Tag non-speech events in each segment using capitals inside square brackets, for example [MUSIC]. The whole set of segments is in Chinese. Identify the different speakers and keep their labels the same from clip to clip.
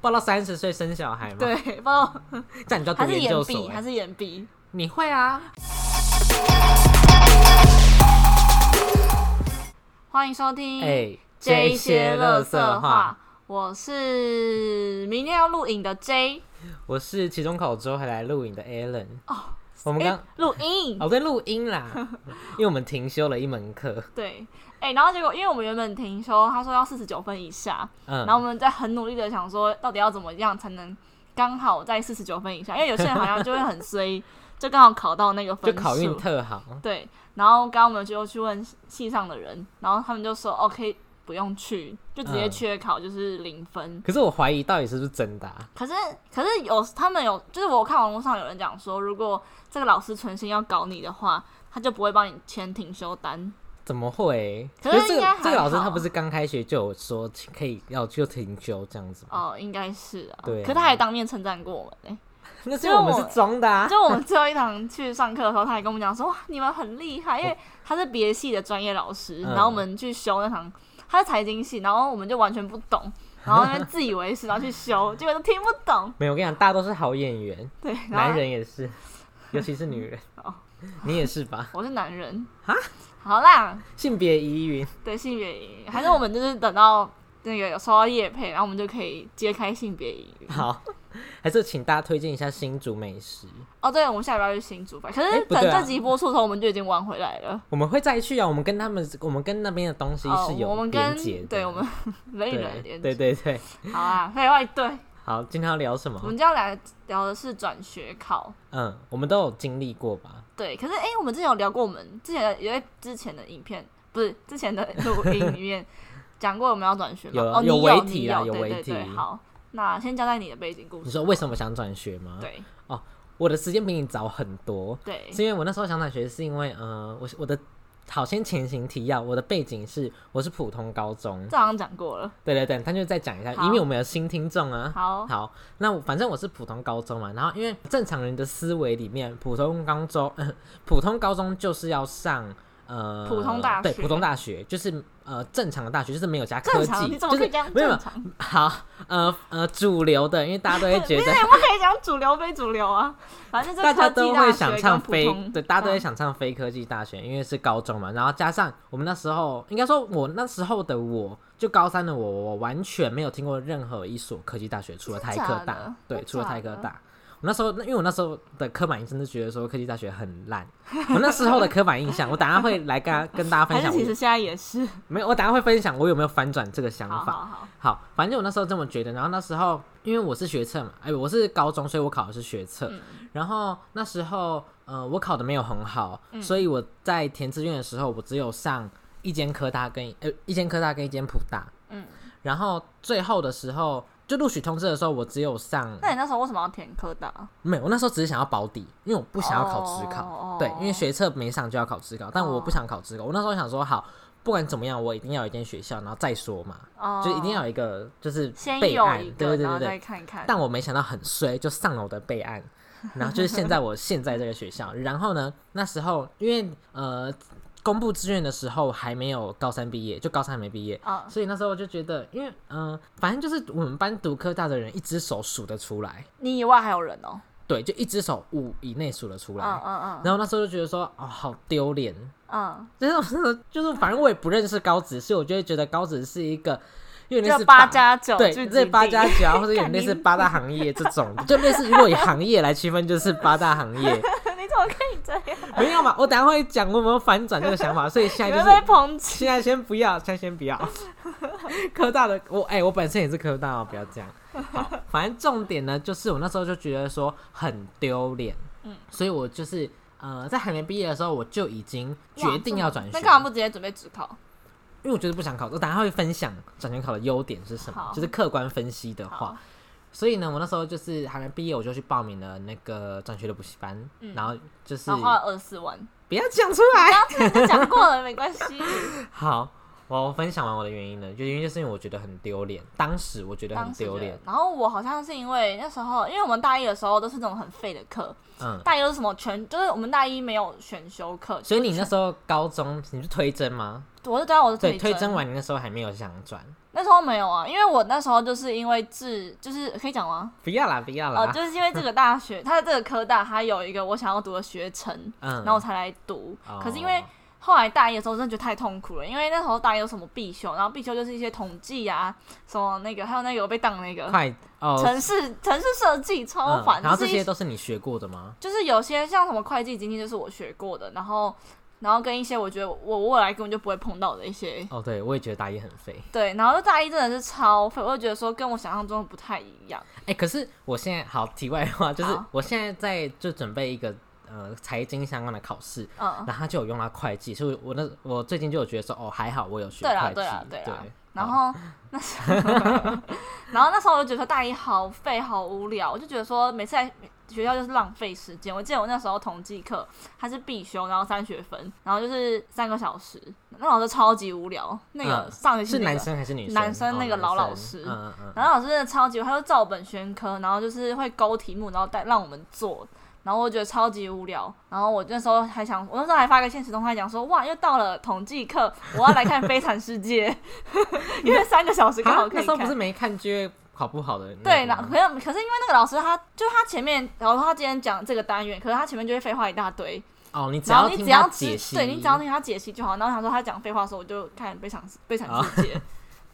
Speaker 1: 抱到三十岁生小孩吗？，
Speaker 2: 对，不知道
Speaker 1: 这样你就要读
Speaker 2: 还是
Speaker 1: 研
Speaker 2: 眼
Speaker 1: 究
Speaker 2: 闭
Speaker 1: 所、
Speaker 2: 还
Speaker 1: 欸。
Speaker 2: 是眼闭。
Speaker 1: 你会啊？
Speaker 2: 欢迎收听
Speaker 1: 哎、
Speaker 2: J 些乐
Speaker 1: 垃
Speaker 2: 色
Speaker 1: 圾
Speaker 2: 话，，我是明天要录影的 J，
Speaker 1: 我是期中考之后还来录影的 Alan。
Speaker 2: 哦，
Speaker 1: 我们刚、
Speaker 2: 哎录音
Speaker 1: 哦，对，录音
Speaker 2: [LAUGHS]
Speaker 1: 啦，因为我们停休了一门课。
Speaker 2: 对，哎、然后结果因为我们原本停休，他说要四十九分以下，
Speaker 1: 嗯，
Speaker 2: 然后我们在很努力的想说，到底要怎么样才能刚好在四十九分以下？因为有些人好像就会很衰， [LAUGHS] 就刚好考到那个
Speaker 1: 就
Speaker 2: 分
Speaker 1: 考运
Speaker 2: 数。
Speaker 1: 特好。
Speaker 2: 对，然后刚刚我们就去问系上的人，然后他们就说 OK，不用去，就直接
Speaker 1: 嗯
Speaker 2: 缺考，就是零分。
Speaker 1: 可是我怀疑到底是不是真的、啊。
Speaker 2: 可是可是有他们有，就是我看网络上有人讲说，如果这个老师存心要搞你的话，他就不会帮你签停休单。
Speaker 1: 怎么会？
Speaker 2: 可是
Speaker 1: 这
Speaker 2: 应
Speaker 1: 个
Speaker 2: 该还
Speaker 1: 这个老师
Speaker 2: 好
Speaker 1: 他不是刚开学就有说可以要就停休这样子吗？
Speaker 2: 哦，应该是啊。
Speaker 1: 对啊
Speaker 2: 可他还当面称赞过我们呢、
Speaker 1: 那是
Speaker 2: 就
Speaker 1: 因为我们
Speaker 2: 我
Speaker 1: 是装的啊。
Speaker 2: [LAUGHS] 就我们最后一堂去上课的时候，他还跟我们讲说：“哇，你们很厉害，因为他是别系的专业老师，
Speaker 1: 哦嗯
Speaker 2: 然后我们去修那堂，他是财经系，然后我们就完全不懂，然后那边自以为是，然后去修，结果都听不懂。
Speaker 1: 没有，我跟你讲，大家都是好演员， [LAUGHS]
Speaker 2: 对，然
Speaker 1: 男
Speaker 2: 后
Speaker 1: 人也是，尤其是女人
Speaker 2: [LAUGHS] 哦。
Speaker 1: 你也是吧？
Speaker 2: 我是男人好啦，
Speaker 1: 性别疑云，
Speaker 2: 对性别营，还是我们就是等到那个有收到业配，然后我们就可以揭开性别营。
Speaker 1: 好，还是请大家推荐一下新竹美食，
Speaker 2: 哦，对，我们下礼拜去新竹吧。可
Speaker 1: 哎
Speaker 2: 是
Speaker 1: 不
Speaker 2: 等
Speaker 1: 对啊
Speaker 2: 这集播出的时候，我们就已经玩回来了。
Speaker 1: 我们会再去啊。我们跟他们，我们跟那边的东西
Speaker 2: 哦
Speaker 1: 是，有
Speaker 2: 我们
Speaker 1: 连
Speaker 2: 跟
Speaker 1: 结的，
Speaker 2: 对我们 [LAUGHS] 人与人
Speaker 1: 对
Speaker 2: 的连
Speaker 1: 对
Speaker 2: 接。
Speaker 1: 对对。
Speaker 2: 好啊，废话一堆。
Speaker 1: 好，今天要聊什
Speaker 2: 我
Speaker 1: 么？
Speaker 2: 们今天要来聊的是转学考，
Speaker 1: 嗯，我们都有经历过吧？
Speaker 2: 对。可是哎、诶我们之前有聊过，我们之前的有在之前的影片，不是之前的录音里面讲过我们要转学吗？
Speaker 1: 有啊
Speaker 2: 哦，你
Speaker 1: 有
Speaker 2: 有
Speaker 1: 微
Speaker 2: 你
Speaker 1: 题啦
Speaker 2: 有
Speaker 1: 有
Speaker 2: 对
Speaker 1: 微
Speaker 2: 对对
Speaker 1: 题
Speaker 2: 好，那先交代你的背景故
Speaker 1: 你
Speaker 2: 事。
Speaker 1: 说为什么想转学吗？，
Speaker 2: 对
Speaker 1: 我的时间比你早很多，
Speaker 2: 对
Speaker 1: 是因为我那时候想转学，是因为呃，我我的好先前行提要，我的背景是我是普通高中，
Speaker 2: 这好像讲过了。
Speaker 1: 对对对，他就再讲一下，
Speaker 2: 好
Speaker 1: 因为我们有新听众啊。
Speaker 2: 好，
Speaker 1: 好，那我反正我是普通高中嘛，然后因为正常人的思维里面，普通高中、呃普通高中就是要上呃
Speaker 2: 普通大
Speaker 1: 对
Speaker 2: 学
Speaker 1: 普通大学就是呃正常的大学，就是没有加科
Speaker 2: 正
Speaker 1: 技
Speaker 2: 常，你，怎么
Speaker 1: 就
Speaker 2: 可以
Speaker 1: 是
Speaker 2: 讲
Speaker 1: 没有
Speaker 2: 正常？
Speaker 1: 好呃呃主流的，因为大家都会觉得
Speaker 2: [LAUGHS] 你怎么可以讲主流非主流啊？反正这
Speaker 1: 大家
Speaker 2: 科技
Speaker 1: 都
Speaker 2: 大
Speaker 1: 会
Speaker 2: 学
Speaker 1: 想
Speaker 2: 跟
Speaker 1: 唱
Speaker 2: 普
Speaker 1: 非
Speaker 2: 通
Speaker 1: 对，大家都会
Speaker 2: 嗯
Speaker 1: 想唱非科技大学，因为是高中嘛。然后加上我们那时候，应该说我那时候的我，就高三的我，我完全没有听过任何一所科技大学，除了台
Speaker 2: 假
Speaker 1: 科
Speaker 2: 的
Speaker 1: 大，对，
Speaker 2: 真
Speaker 1: 除了
Speaker 2: 假
Speaker 1: 台科
Speaker 2: 的
Speaker 1: 大。我那时候，那因为我那时候的刻板印象就觉得说科技大学很烂，我那时候的刻板印象，我等下会来跟大家跟大家分
Speaker 2: 还是
Speaker 1: 享
Speaker 2: 其实
Speaker 1: 我，
Speaker 2: 现在也是。
Speaker 1: 没有，我等下会分享我有没有反转这个想
Speaker 2: 好
Speaker 1: 法。
Speaker 2: 好好，
Speaker 1: 好，反正我那时候这么觉得。然后那时候因为我是学测嘛，哎、我是高中，所以我考的是学测。
Speaker 2: 嗯
Speaker 1: 然后那时候，呃，我考的没有很好，
Speaker 2: 嗯
Speaker 1: 所以我在填志愿的时候，我只有上一间科大跟呃一间科大跟一间普大。
Speaker 2: 嗯，
Speaker 1: 然后最后的时候，就录取通知的时候，我只有上
Speaker 2: 那你那时候为什么要填科大？
Speaker 1: 没有，我那时候只是想要保底，因为我不想要考职考。
Speaker 2: 哦
Speaker 1: 对，因为学测没上就要考职考，但我
Speaker 2: 哦
Speaker 1: 不想考职考。我那时候想说，好，不管怎么样，我一定要有一间学校，然后再说嘛。
Speaker 2: 哦
Speaker 1: 就一定要有一个就是
Speaker 2: 先
Speaker 1: 备
Speaker 2: 有
Speaker 1: 案
Speaker 2: 一，
Speaker 1: 对对
Speaker 2: 个，
Speaker 1: 对
Speaker 2: 然后
Speaker 1: 对
Speaker 2: 再
Speaker 1: 对。
Speaker 2: 看看。
Speaker 1: 但我没想到很衰，就上了我的备案，然后就是现在
Speaker 2: [LAUGHS]
Speaker 1: 我现在这个学校。然后呢，那时候因为呃公布志愿的时候还没有高三毕业，就高三还没毕业，
Speaker 2: 啊，
Speaker 1: 所以那时候我就觉得，因为嗯、呃反正就是我们班读科大的人，一只手数得出来，
Speaker 2: 你以外还有人哦。
Speaker 1: 对，就一只手五以内数得出
Speaker 2: 嗯
Speaker 1: 来。
Speaker 2: 嗯嗯
Speaker 1: 然后那时候就觉得说，哦，好丢脸， [LAUGHS]
Speaker 2: 嗯，
Speaker 1: 就是我那时候就是反正我也不认识高职，所以我就会觉得高职是一个。有点
Speaker 2: 就
Speaker 1: 类似
Speaker 2: 八
Speaker 1: 把
Speaker 2: 加九，
Speaker 1: 对，
Speaker 2: 聚
Speaker 1: 这
Speaker 2: 集
Speaker 1: 八
Speaker 2: 地
Speaker 1: 加九啊，或者有
Speaker 2: 干
Speaker 1: 类似
Speaker 2: 你
Speaker 1: 八大行业这种，就类似如果以行业来区分，就是八大行业。
Speaker 2: [LAUGHS] 你怎么可以这样？
Speaker 1: 没有嘛，我等一下会讲我有没有反转这个想法，所以现
Speaker 2: 你
Speaker 1: 哎在就
Speaker 2: 会被
Speaker 1: 是
Speaker 2: 抨击。
Speaker 1: 现在先不要，现在先不
Speaker 2: [LAUGHS]
Speaker 1: 要。科大的我哎、我本身也是科大哦，不要这样。好，反正重点呢，就是我那时候就觉得说很丢脸，
Speaker 2: 嗯
Speaker 1: 所以我就是呃，在还没毕业的时候，我就已经
Speaker 2: 哇
Speaker 1: 决定要转学
Speaker 2: 那。干嘛不直接准备职考？
Speaker 1: 因为我觉得不想考，我等一下会分享转学考的优点是什么
Speaker 2: 好，
Speaker 1: 就是客观分析的话
Speaker 2: 好。
Speaker 1: 所以呢，我那时候就是还没毕业，我就去报名了那个转学的补习班，
Speaker 2: 嗯
Speaker 1: 然后就是
Speaker 2: 然后花了二十四万，
Speaker 1: 不要讲出来。 [LAUGHS]
Speaker 2: 都讲过了，没关系。
Speaker 1: 好，我分享完我的原因呢，就因为就是因为我觉得很丢脸，当时我觉得很
Speaker 2: 当时
Speaker 1: 丢
Speaker 2: 觉
Speaker 1: 脸
Speaker 2: 得，。然后我好像是因为那时候，因为我们大一的时候都是那种很废的课，
Speaker 1: 嗯，
Speaker 2: 大一都是什么全，就是我们大一没有选修课，
Speaker 1: 所以你那时候高中你是推甄吗？
Speaker 2: 我是到我的
Speaker 1: 对，
Speaker 2: 推
Speaker 1: 推
Speaker 2: 甄
Speaker 1: 甄完你那时候还没有想转，
Speaker 2: 那时候没有啊，因为我那时候就是因为自就是可以讲吗？
Speaker 1: 不要啦，不要啦，
Speaker 2: [LAUGHS] 哦，就是因为这个大学，它的这个科大，它有一个我想要读的学程，
Speaker 1: 嗯，
Speaker 2: 然后我才来读。
Speaker 1: 哦
Speaker 2: 可是因为后来大一的时候，真的觉得太痛苦了，因为那时候大一有什么必修，然后必修就是一些统计啊，什么那个，还有那个我被当那个
Speaker 1: 快哦，
Speaker 2: 城市城市设计超
Speaker 1: 嗯
Speaker 2: 烦，
Speaker 1: 然后
Speaker 2: 就
Speaker 1: 这
Speaker 2: 是一
Speaker 1: 些都是你学过的吗？
Speaker 2: 就是有些像什么会计、经济，就是我学过的，然后然后跟一些我觉得我未来根本就不会碰到的一些
Speaker 1: 哦，对，我也觉得大一很废。
Speaker 2: 对，然后大一真的是超废，我就觉得说跟我想象中的不太一样。
Speaker 1: 哎、可是我现在好题外话，就是
Speaker 2: 好
Speaker 1: 我现在在就准备一个呃财经相关的考试，
Speaker 2: 嗯，
Speaker 1: 然后他就有用到会计，所以我那我最近就有觉得说，哦，还好我有学
Speaker 2: 对啦
Speaker 1: 会计，
Speaker 2: 对啦对啦然
Speaker 1: 好
Speaker 2: 后那时候，然后那时候我就觉得说大一好废好无聊，我就觉得说每次来学校就是浪费时间。我记得我那时候统计课它是必修，然后三学分，然后就是三个小时，那老师超级无聊。那个
Speaker 1: 嗯
Speaker 2: 上学期、
Speaker 1: 是
Speaker 2: 那个
Speaker 1: 男生还是女生？
Speaker 2: 男生
Speaker 1: 哦
Speaker 2: 那个
Speaker 1: 男
Speaker 2: 老老
Speaker 1: 生
Speaker 2: 师
Speaker 1: 嗯嗯嗯，
Speaker 2: 然后老师真的超级无聊，他就照本宣科，然后就是会勾题目，然后带让我们做，然后我觉得超级无聊。然后我那时候还想，我那时候还发个现实动态讲说，哇，又到了统计课，我要来看《 [LAUGHS] 悲惨世界》，因为三个小时刚好
Speaker 1: 啊，
Speaker 2: 可
Speaker 1: 那
Speaker 2: 以
Speaker 1: 时候不是
Speaker 2: 看。
Speaker 1: 没看就考不好的那个
Speaker 2: 对，那
Speaker 1: 吗
Speaker 2: 可是可是因为那个老师他就是他前面，然后他今天讲这个单元，可是他前面就会废话一大堆，
Speaker 1: 哦，你只
Speaker 2: 然后
Speaker 1: 要
Speaker 2: 你
Speaker 1: 听
Speaker 2: 只要
Speaker 1: 他
Speaker 2: 知
Speaker 1: 解析，
Speaker 2: 对你只要听他解析就好。然后想说他讲废话的时候，我就看《悲惨悲惨世
Speaker 1: 啊 [LAUGHS]
Speaker 2: 界》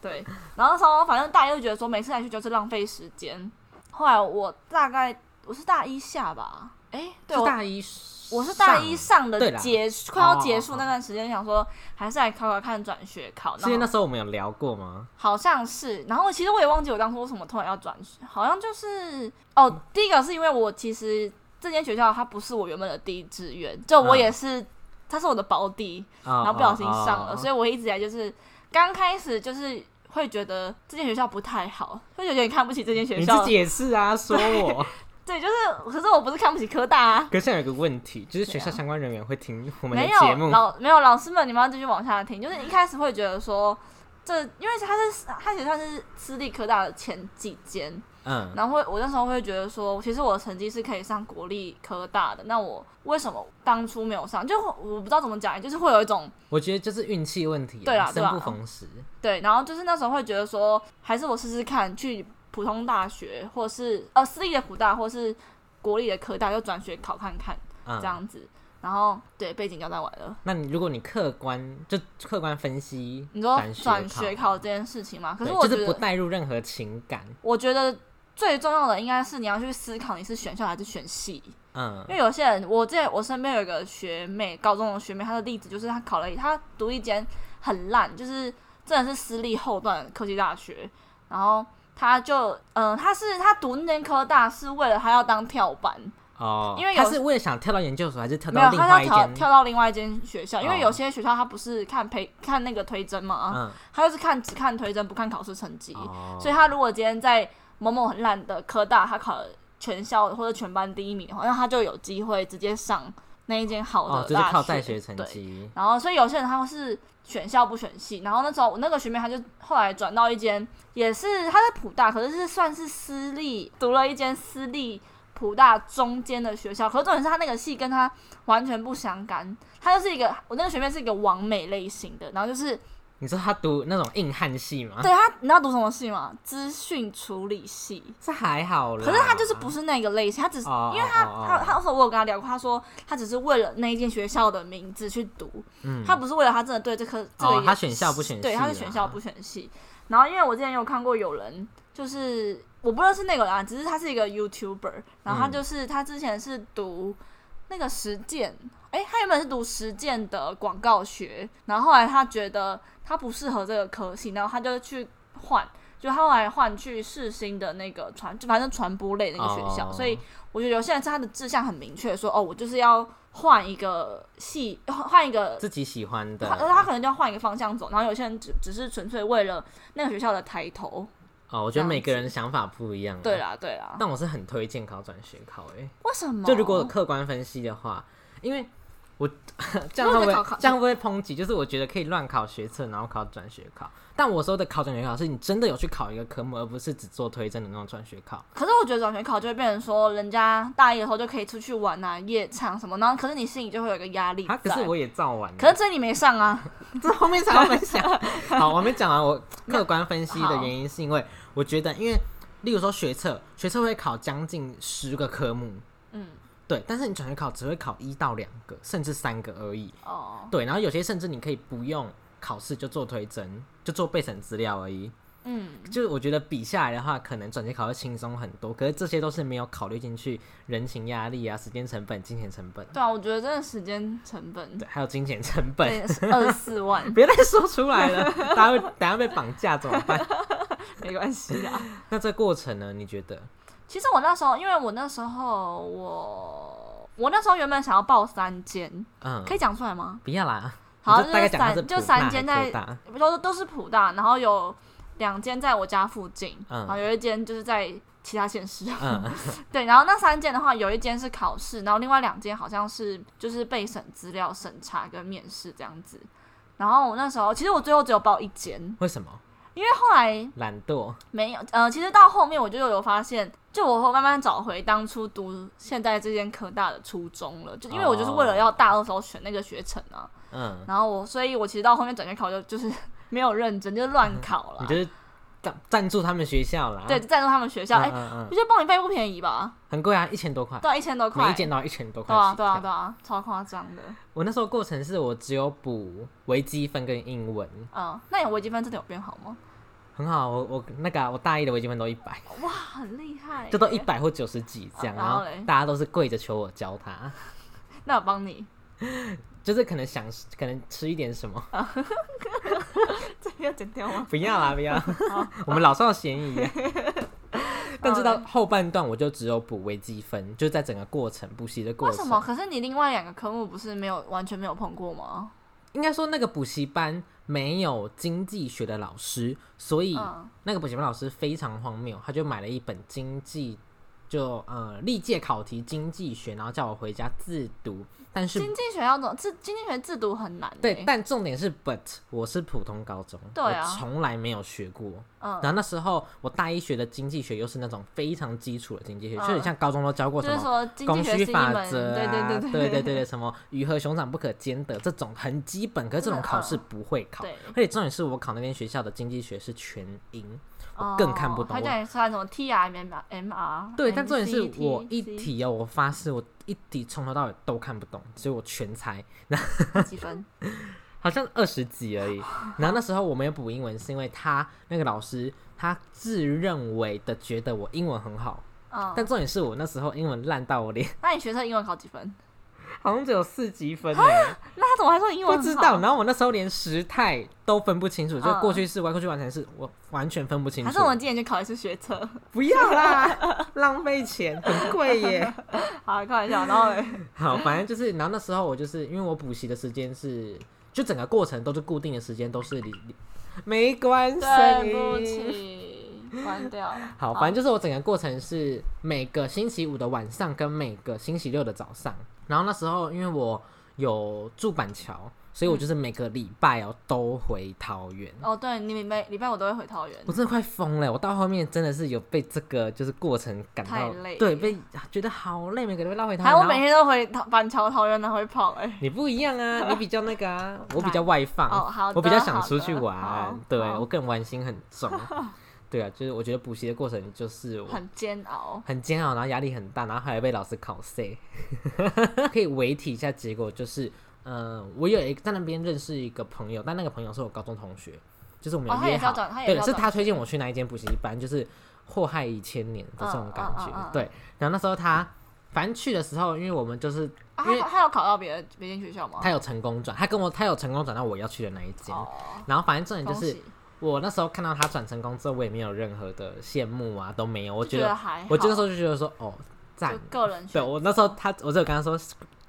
Speaker 2: 对，然后那时候反正大家就觉得说每次来去就是浪费时间。后来我大概我是大一下吧，哎、对
Speaker 1: 是
Speaker 2: 我
Speaker 1: 大一，
Speaker 2: 我是大一
Speaker 1: 上，
Speaker 2: 上
Speaker 1: 对
Speaker 2: 的
Speaker 1: 啦
Speaker 2: 结束快要
Speaker 1: 哦
Speaker 2: 结
Speaker 1: 哦
Speaker 2: 束
Speaker 1: 哦
Speaker 2: 那段时间，想说还是来考考看转学考。
Speaker 1: 是因为
Speaker 2: 然
Speaker 1: 那
Speaker 2: 后
Speaker 1: 时候我们有聊过吗？
Speaker 2: 好像是，然后其实我也忘记我当初为什么突然要转学，好像就是
Speaker 1: 嗯
Speaker 2: 哦，第一个是因为我其实这间学校它不是我原本的第一志愿，就我
Speaker 1: 嗯
Speaker 2: 也是。它是我的保底，
Speaker 1: 然
Speaker 2: 然后不小心上了，所
Speaker 1: 以
Speaker 2: 以我一直以来就是刚开始就是会觉得这间学校不太好，会有点看不起这间学
Speaker 1: 你
Speaker 2: 校
Speaker 1: 自。己也是啊，说我。
Speaker 2: 对，就是可是我不是看不起科大啊，
Speaker 1: 可是现在有个问题，就是
Speaker 2: 对
Speaker 1: 学校
Speaker 2: 啊
Speaker 1: 相关人员会听我们的
Speaker 2: 没
Speaker 1: 节
Speaker 2: 有
Speaker 1: 目，
Speaker 2: 老没有老师们，你们要继续往下听。就是一开始会觉得说。这因为它是它其实算是私立科大的前几间，
Speaker 1: 嗯，
Speaker 2: 然后会我那时候会觉得说，其实我的成绩是可以上国立科大的，那我为什么当初没有上？就我我不知道怎么讲，欸就是会有一种
Speaker 1: 我觉得就是运气问题，啊
Speaker 2: 对啊啦对
Speaker 1: 生
Speaker 2: 啦
Speaker 1: 不逢时，
Speaker 2: 对，然后就是那时候会觉得说，还是我试试看去普通大学，或是呃私立的普大，或是国立的科大，就转学考看看
Speaker 1: 嗯，
Speaker 2: 这。样子。然后对背景交代完了，
Speaker 1: 那你如果你客观就客观分析，
Speaker 2: 你说转
Speaker 1: 转
Speaker 2: 学
Speaker 1: 考，
Speaker 2: 考这件事情嘛？可
Speaker 1: 对
Speaker 2: 是我
Speaker 1: 就
Speaker 2: 觉
Speaker 1: 是
Speaker 2: 得，
Speaker 1: 不带入任何情感，
Speaker 2: 我觉得最重要的应该是你要去思考你是选校还是选系，
Speaker 1: 嗯
Speaker 2: 因为有些人，我这我身边有一个学妹，高中的学妹，她的例子就是她考了一，她读一间很烂，就是真的是私立后段的科技大学，然后她就，嗯、她是她读那间科大是为了她要当跳板，
Speaker 1: 哦，
Speaker 2: 因为有
Speaker 1: 他是为了想跳到研究所，还是跳
Speaker 2: 没有，
Speaker 1: 到另
Speaker 2: 她
Speaker 1: 外
Speaker 2: 是
Speaker 1: 一
Speaker 2: 要跳
Speaker 1: 间？
Speaker 2: 跳到另外一间学校，因为
Speaker 1: 哦
Speaker 2: 有些学校她不是看培看那个推甄嘛，
Speaker 1: 嗯，
Speaker 2: 她就是看只看推甄不看考试成绩，
Speaker 1: 哦
Speaker 2: 所以她如果今天在某某很烂的科大，她考了全校或者全班第一名的话，那她就有机会直接上那一间好的大
Speaker 1: 哦，
Speaker 2: 学，
Speaker 1: 就是靠在学成
Speaker 2: 对。
Speaker 1: 绩，
Speaker 2: 然后，所以有些人他是选校不选系，然后那时候我那个学妹她就后来转到一间也是她在普大，可是是算是私立，读了一间私立普大中间的学校，可是重点是她那个系跟她完全不相干，她就是一个我那个学妹是一个完美类型的，然后就是
Speaker 1: 你说他读那种硬汉系吗？
Speaker 2: 对她，你知道读什么系吗？资讯处理系。
Speaker 1: 这还好啦。
Speaker 2: 可是他就是不是那个类型，他只是、
Speaker 1: 哦
Speaker 2: 因为他
Speaker 1: 哦哦
Speaker 2: 他他那时候我有跟他聊过，他说他只是为了那一间学校的名字去读，
Speaker 1: 嗯
Speaker 2: 他不是为了他真的对这科这个、
Speaker 1: 哦，他选校不选系啦？
Speaker 2: 对他是选校不选系。然后因为我之前有看过有人就是我不认识那个人啊，只是他是一个 YouTuber，然后他
Speaker 1: 嗯
Speaker 2: 就是、他之前是读那个实践，诶，他原本是读实践的广告学，然后后来他觉得他不适合这个科系，然后他就去换。就他后来换去世新的那个传，就反正传播类那个学校
Speaker 1: 哦
Speaker 2: 所以我觉得有些人是他的志向很明确，说哦，我就是要换一个系，换一个
Speaker 1: 自己喜欢的
Speaker 2: 他呃他可能就要换一个方向走，然后有些人只只是纯粹为了那个学校的抬头。
Speaker 1: 哦，我觉
Speaker 2: 这
Speaker 1: 得
Speaker 2: 样
Speaker 1: 每个
Speaker 2: 子
Speaker 1: 人想法不一样。啊
Speaker 2: 对，啊啦，对啦，
Speaker 1: 但我是很推荐考转学考诶。欸
Speaker 2: 为什么？
Speaker 1: 就如果客观分析的话，因为我 [LAUGHS] 这样会不
Speaker 2: 如果再考
Speaker 1: 会
Speaker 2: 考
Speaker 1: 这样会不会抨击？就是我觉得可以乱考学测，然后考转学考。但我说的考转学考是你真的有去考一个科目，而不是只做推甄的那种转学考。
Speaker 2: 可是我觉得转学考就会变成说，人家大一的时候就可以出去玩啊、夜唱什么，然后可是你心里就会有一个压力
Speaker 1: 啊，可
Speaker 2: 在
Speaker 1: 是我啊也照完了。
Speaker 2: 可是这你没
Speaker 1: [LAUGHS]
Speaker 2: 上啊，
Speaker 1: 这后面才要分享。好，我还没讲完。我客观分析的原因是因为我觉得，因为例如说学测，学测会考将近十个科目，
Speaker 2: [LAUGHS] 嗯，
Speaker 1: 对，但是你转学考只会考一到两个，甚至三个而已。
Speaker 2: 哦，
Speaker 1: 对，然后有些甚至你可以不用考试就做推甄，就做备审资料而已。
Speaker 2: 嗯，
Speaker 1: 就是我觉得比下来的话，可能转学考会轻松很多。可是这些都是没有考虑进去人情压力啊、时间成本、金钱成本，
Speaker 2: 对啊，我觉得真的时间成本，
Speaker 1: 对，还有金钱成本。
Speaker 2: 对，二十四万
Speaker 1: [LAUGHS] 别再说出来了，大家会等下被绑架怎么办？ [LAUGHS]
Speaker 2: 没关系啊。
Speaker 1: 那这过程呢？你觉得？
Speaker 2: 其实我那时候，因为我那时候我我那时候原本想要报三间，
Speaker 1: 嗯，
Speaker 2: 可以讲出来吗？
Speaker 1: 不要啦。
Speaker 2: 好
Speaker 1: 你就大概
Speaker 2: 就是
Speaker 1: 讲它
Speaker 2: 散
Speaker 1: 是
Speaker 2: 就
Speaker 1: 普
Speaker 2: 散
Speaker 1: 大
Speaker 2: 间
Speaker 1: 还是
Speaker 2: 在
Speaker 1: 各大
Speaker 2: 不都都是普大，然后有两间在我家附近，
Speaker 1: 嗯
Speaker 2: 然后有一间就是在其他县市。 [LAUGHS]
Speaker 1: 嗯
Speaker 2: 对，然后那三间的话，有一间是考试，然后另外两间好像是就是备审资料审查跟面试这样子。然后我那时候其实我最后只有报一间，
Speaker 1: 为什么？
Speaker 2: 因为后来
Speaker 1: 懒惰。
Speaker 2: 没有，呃，其实到后面我就有发现，就我会慢慢找回当初读现在这间科大的初衷了，就因为我就是为了要大二时候选那个学程啊，
Speaker 1: 嗯，
Speaker 2: 然后我，所以我其实到后面转学考就就是 [LAUGHS] 没有认真，就是乱考 [LAUGHS] 了
Speaker 1: 你，就是赞赞助他们学校啦。
Speaker 2: 对，
Speaker 1: 嗯，
Speaker 2: 就赞助他们学校，哎、
Speaker 1: 嗯嗯
Speaker 2: 我觉得报名费不便宜吧，
Speaker 1: 很贵啊，一千多块，
Speaker 2: 对啊，一千多
Speaker 1: 每
Speaker 2: 块，
Speaker 1: 一
Speaker 2: 对
Speaker 1: 间都要一千多块。
Speaker 2: 啊，对啊，对。啊，超夸张的，
Speaker 1: 我那时候过程是我只有补微积分跟英文，
Speaker 2: 嗯，那你微积分真的有变好吗？
Speaker 1: 很好啊。我我那个啊我大一的微积分都一百，
Speaker 2: 哇，很厉害耶，
Speaker 1: 就都一百或九十几这样，
Speaker 2: 啊
Speaker 1: 然
Speaker 2: 然后
Speaker 1: 后
Speaker 2: 嘞
Speaker 1: 大家都是跪着求我教他。
Speaker 2: 那我帮你，
Speaker 1: 就是可能想，可能吃一点什么，
Speaker 2: 哦这个要剪掉吗？
Speaker 1: [LAUGHS] 不要啦，不要，
Speaker 2: 哦
Speaker 1: [LAUGHS] 我们老少咸宜
Speaker 2: [LAUGHS]
Speaker 1: 啊。但是到后半段，我就只有补微积分，就在整个过程补习的过
Speaker 2: 为
Speaker 1: 程。
Speaker 2: 什么？可是你另外两个科目不是没有完全没有碰过吗？
Speaker 1: 应该说那个补习班没有经济学的老师，所以
Speaker 2: 嗯
Speaker 1: 那个补习班老师非常荒谬，他就买了一本经济，就呃历届考题经济学，然后叫我回家自读。但是
Speaker 2: 经济学要怎么自经济学自读很难、欸。
Speaker 1: 对，但重点是，but 我是普通高中，
Speaker 2: 对啊
Speaker 1: 我从来没有学过。
Speaker 2: 嗯
Speaker 1: 然后那时候我大一学的经济学又是那种非常基础的经济学，就
Speaker 2: 嗯
Speaker 1: 是像高中都教过
Speaker 2: 就
Speaker 1: 什
Speaker 2: 是
Speaker 1: 么
Speaker 2: 说经济
Speaker 1: 供
Speaker 2: 学
Speaker 1: 需
Speaker 2: 是一
Speaker 1: 法
Speaker 2: 门，
Speaker 1: 则
Speaker 2: 对
Speaker 1: 啊，
Speaker 2: 对
Speaker 1: 对
Speaker 2: 对
Speaker 1: 对对，什么鱼和熊掌不可兼得这种很基本，可是这种考试不会考。
Speaker 2: 嗯对
Speaker 1: 而且重点是我考那间学校的经济学是全
Speaker 2: 嗯
Speaker 1: 英，我更看不懂
Speaker 2: 哦他
Speaker 1: 我
Speaker 2: 叫你算什么 T R M R M R？
Speaker 1: 对，但重点是我一
Speaker 2: 题
Speaker 1: 题哦，我发誓我一题从头到尾都看不懂，所以我全猜。[LAUGHS]
Speaker 2: 几分？
Speaker 1: 好像二十几而已。然后那时候我没有补英文，是因为他那个老师他自认为的觉得我英文很好，
Speaker 2: 嗯，
Speaker 1: 但重点是我那时候英文烂到我连
Speaker 2: 那你学测英文考几分？
Speaker 1: [LAUGHS] 好像只有四级分哎，
Speaker 2: 那他怎么还说英
Speaker 1: [LAUGHS]
Speaker 2: 文
Speaker 1: 不
Speaker 2: 很
Speaker 1: 知
Speaker 2: 好
Speaker 1: 道。然后我那时候连时态都分不清楚，就
Speaker 2: 嗯
Speaker 1: 过去式、歪过去完成式，我完全分不清
Speaker 2: 还是
Speaker 1: 楚
Speaker 2: 我。们今年去考一次学测？ [LAUGHS]
Speaker 1: 不要 [LAUGHS] 啦，浪费钱，很贵 [LAUGHS] 耶。
Speaker 2: 好，开玩笑。
Speaker 1: [LAUGHS]
Speaker 2: 然后嘞，
Speaker 1: 好，反正就是，然后那时候我就是因为我补习的时间是，就整个过程都是固定的时间，都是离离没关系，
Speaker 2: 对不起，关掉了。
Speaker 1: [LAUGHS] 好，反正就是我整个过程是每个星期五的晚上跟每个星期六的早上，然后那时候因为我有住板桥，所以我就是每个礼拜哦都回桃园，
Speaker 2: 哦，对你礼拜礼拜我都会回桃园
Speaker 1: 我，真的快疯了，我到后面真的是有被这个就是过程感
Speaker 2: 太
Speaker 1: 到
Speaker 2: 累
Speaker 1: 对，被觉得好累，每个礼拜都回桃
Speaker 2: 还有
Speaker 1: 园，然
Speaker 2: 我每
Speaker 1: 后
Speaker 2: 天都回桃板桥桃园来回跑哎。
Speaker 1: 你不一样
Speaker 2: [LAUGHS]
Speaker 1: 啊，你比较那个啊，我比较外放，
Speaker 2: 哦好的
Speaker 1: 我比较想出去
Speaker 2: 好
Speaker 1: 玩
Speaker 2: 的，
Speaker 1: 对
Speaker 2: 好
Speaker 1: 我更玩心很
Speaker 2: [LAUGHS]
Speaker 1: 重，对啊，就是我觉得补习的过程就是我
Speaker 2: 很煎熬。
Speaker 1: 很煎熬，然后压力很大，然后还被老师考碎。 [LAUGHS] 可以围体一下结果，就是，嗯、我有一在那边认识一个朋友，但那个朋友是我高中同学，就是我们
Speaker 2: 哦
Speaker 1: 有
Speaker 2: 他也
Speaker 1: 约
Speaker 2: 是
Speaker 1: 好，
Speaker 2: 要转他也是
Speaker 1: 对，
Speaker 2: 要
Speaker 1: 是
Speaker 2: 转
Speaker 1: 他推荐我去那一间补习班，就是祸害一千年的这种感觉。
Speaker 2: 嗯嗯嗯嗯
Speaker 1: 对，然后那时候他，反正去的时候，因为我们就是
Speaker 2: 啊、
Speaker 1: 因为
Speaker 2: 他他有考到别的别间学校吗？
Speaker 1: 他有成功转，他跟我他有成功转到我要去的那一间，
Speaker 2: 哦，
Speaker 1: 然后反正重点
Speaker 2: 恭
Speaker 1: 就是
Speaker 2: 喜，
Speaker 1: 我那时候看到他转成功之后，我也没有任何的羡慕啊，都没有，我
Speaker 2: 就觉
Speaker 1: 觉得
Speaker 2: 还好，
Speaker 1: 我那时候就觉得说，哦，赞
Speaker 2: 就，个人
Speaker 1: 对
Speaker 2: 选
Speaker 1: 我那时候他，我只有跟他说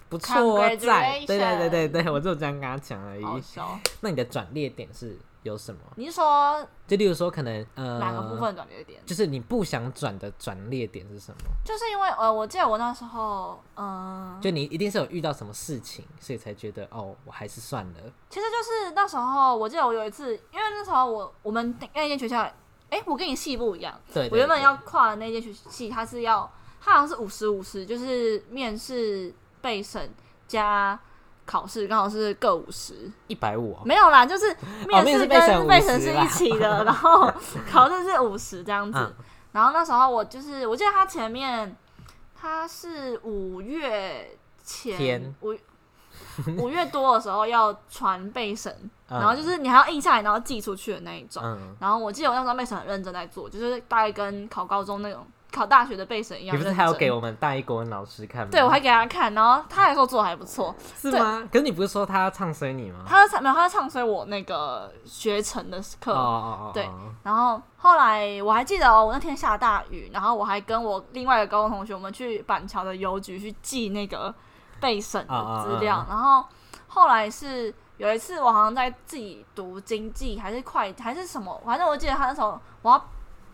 Speaker 1: 不错哦，赞，
Speaker 2: Congratulations
Speaker 1: 对对对对对，我只有这样跟他讲而已
Speaker 2: 好。笑，
Speaker 1: 那你的转捩点是有什么？
Speaker 2: 你是说
Speaker 1: 就例如说，可能呃，
Speaker 2: 哪个部分转折点？
Speaker 1: 就是你不想转的转捩点是什么？
Speaker 2: 就是因为呃，我记得我那时候，嗯、
Speaker 1: 就你一定是有遇到什么事情，所以才觉得哦，我还是算了。
Speaker 2: 其实就是那时候，我记得我有一次，因为那时候我我们那间学校，哎、我跟你系不一样，
Speaker 1: 对对
Speaker 2: 我原本
Speaker 1: 对
Speaker 2: 要跨的那间学系，它是要它好像是五十五十，就是面试备审加考试，刚好是各五十。
Speaker 1: 一百五，
Speaker 2: 没有啦，就是面
Speaker 1: 哦面试
Speaker 2: 试
Speaker 1: 备审
Speaker 2: 跟备审
Speaker 1: 50
Speaker 2: 是
Speaker 1: 啦
Speaker 2: 一起的，然后考试是五十这样子。
Speaker 1: 嗯
Speaker 2: 然后那时候我就是，我记得他前面他是五月前
Speaker 1: 天
Speaker 2: 五五月多的时候要传备审，
Speaker 1: 嗯
Speaker 2: 然后就是你还要印下来，然后寄出去的那一种。
Speaker 1: 嗯，
Speaker 2: 然后我记得我那时候备审很认真在做，就是大概跟考高中那种考大学的备审一
Speaker 1: 你
Speaker 2: 样
Speaker 1: 不
Speaker 2: 认
Speaker 1: 是
Speaker 2: 真。
Speaker 1: 还有给我们大一国文老师看吗？
Speaker 2: 对，我还给他看，然后他还说做的还不错，
Speaker 1: 是吗？可是你不是说他要唱衰你吗？
Speaker 2: 他在唱没有他在唱衰我那个学程的课，
Speaker 1: 哦哦哦，
Speaker 2: 对
Speaker 1: 哦
Speaker 2: 然后后来我还记得哦，我那天下大雨，然后我还跟我另外一个高中同学，我们去板桥的邮局去寄那个备审的资料。
Speaker 1: 啊啊
Speaker 2: 然后后来是有一次，我好像在自己读经济还是会计还是什么，反正我记得他那时候我要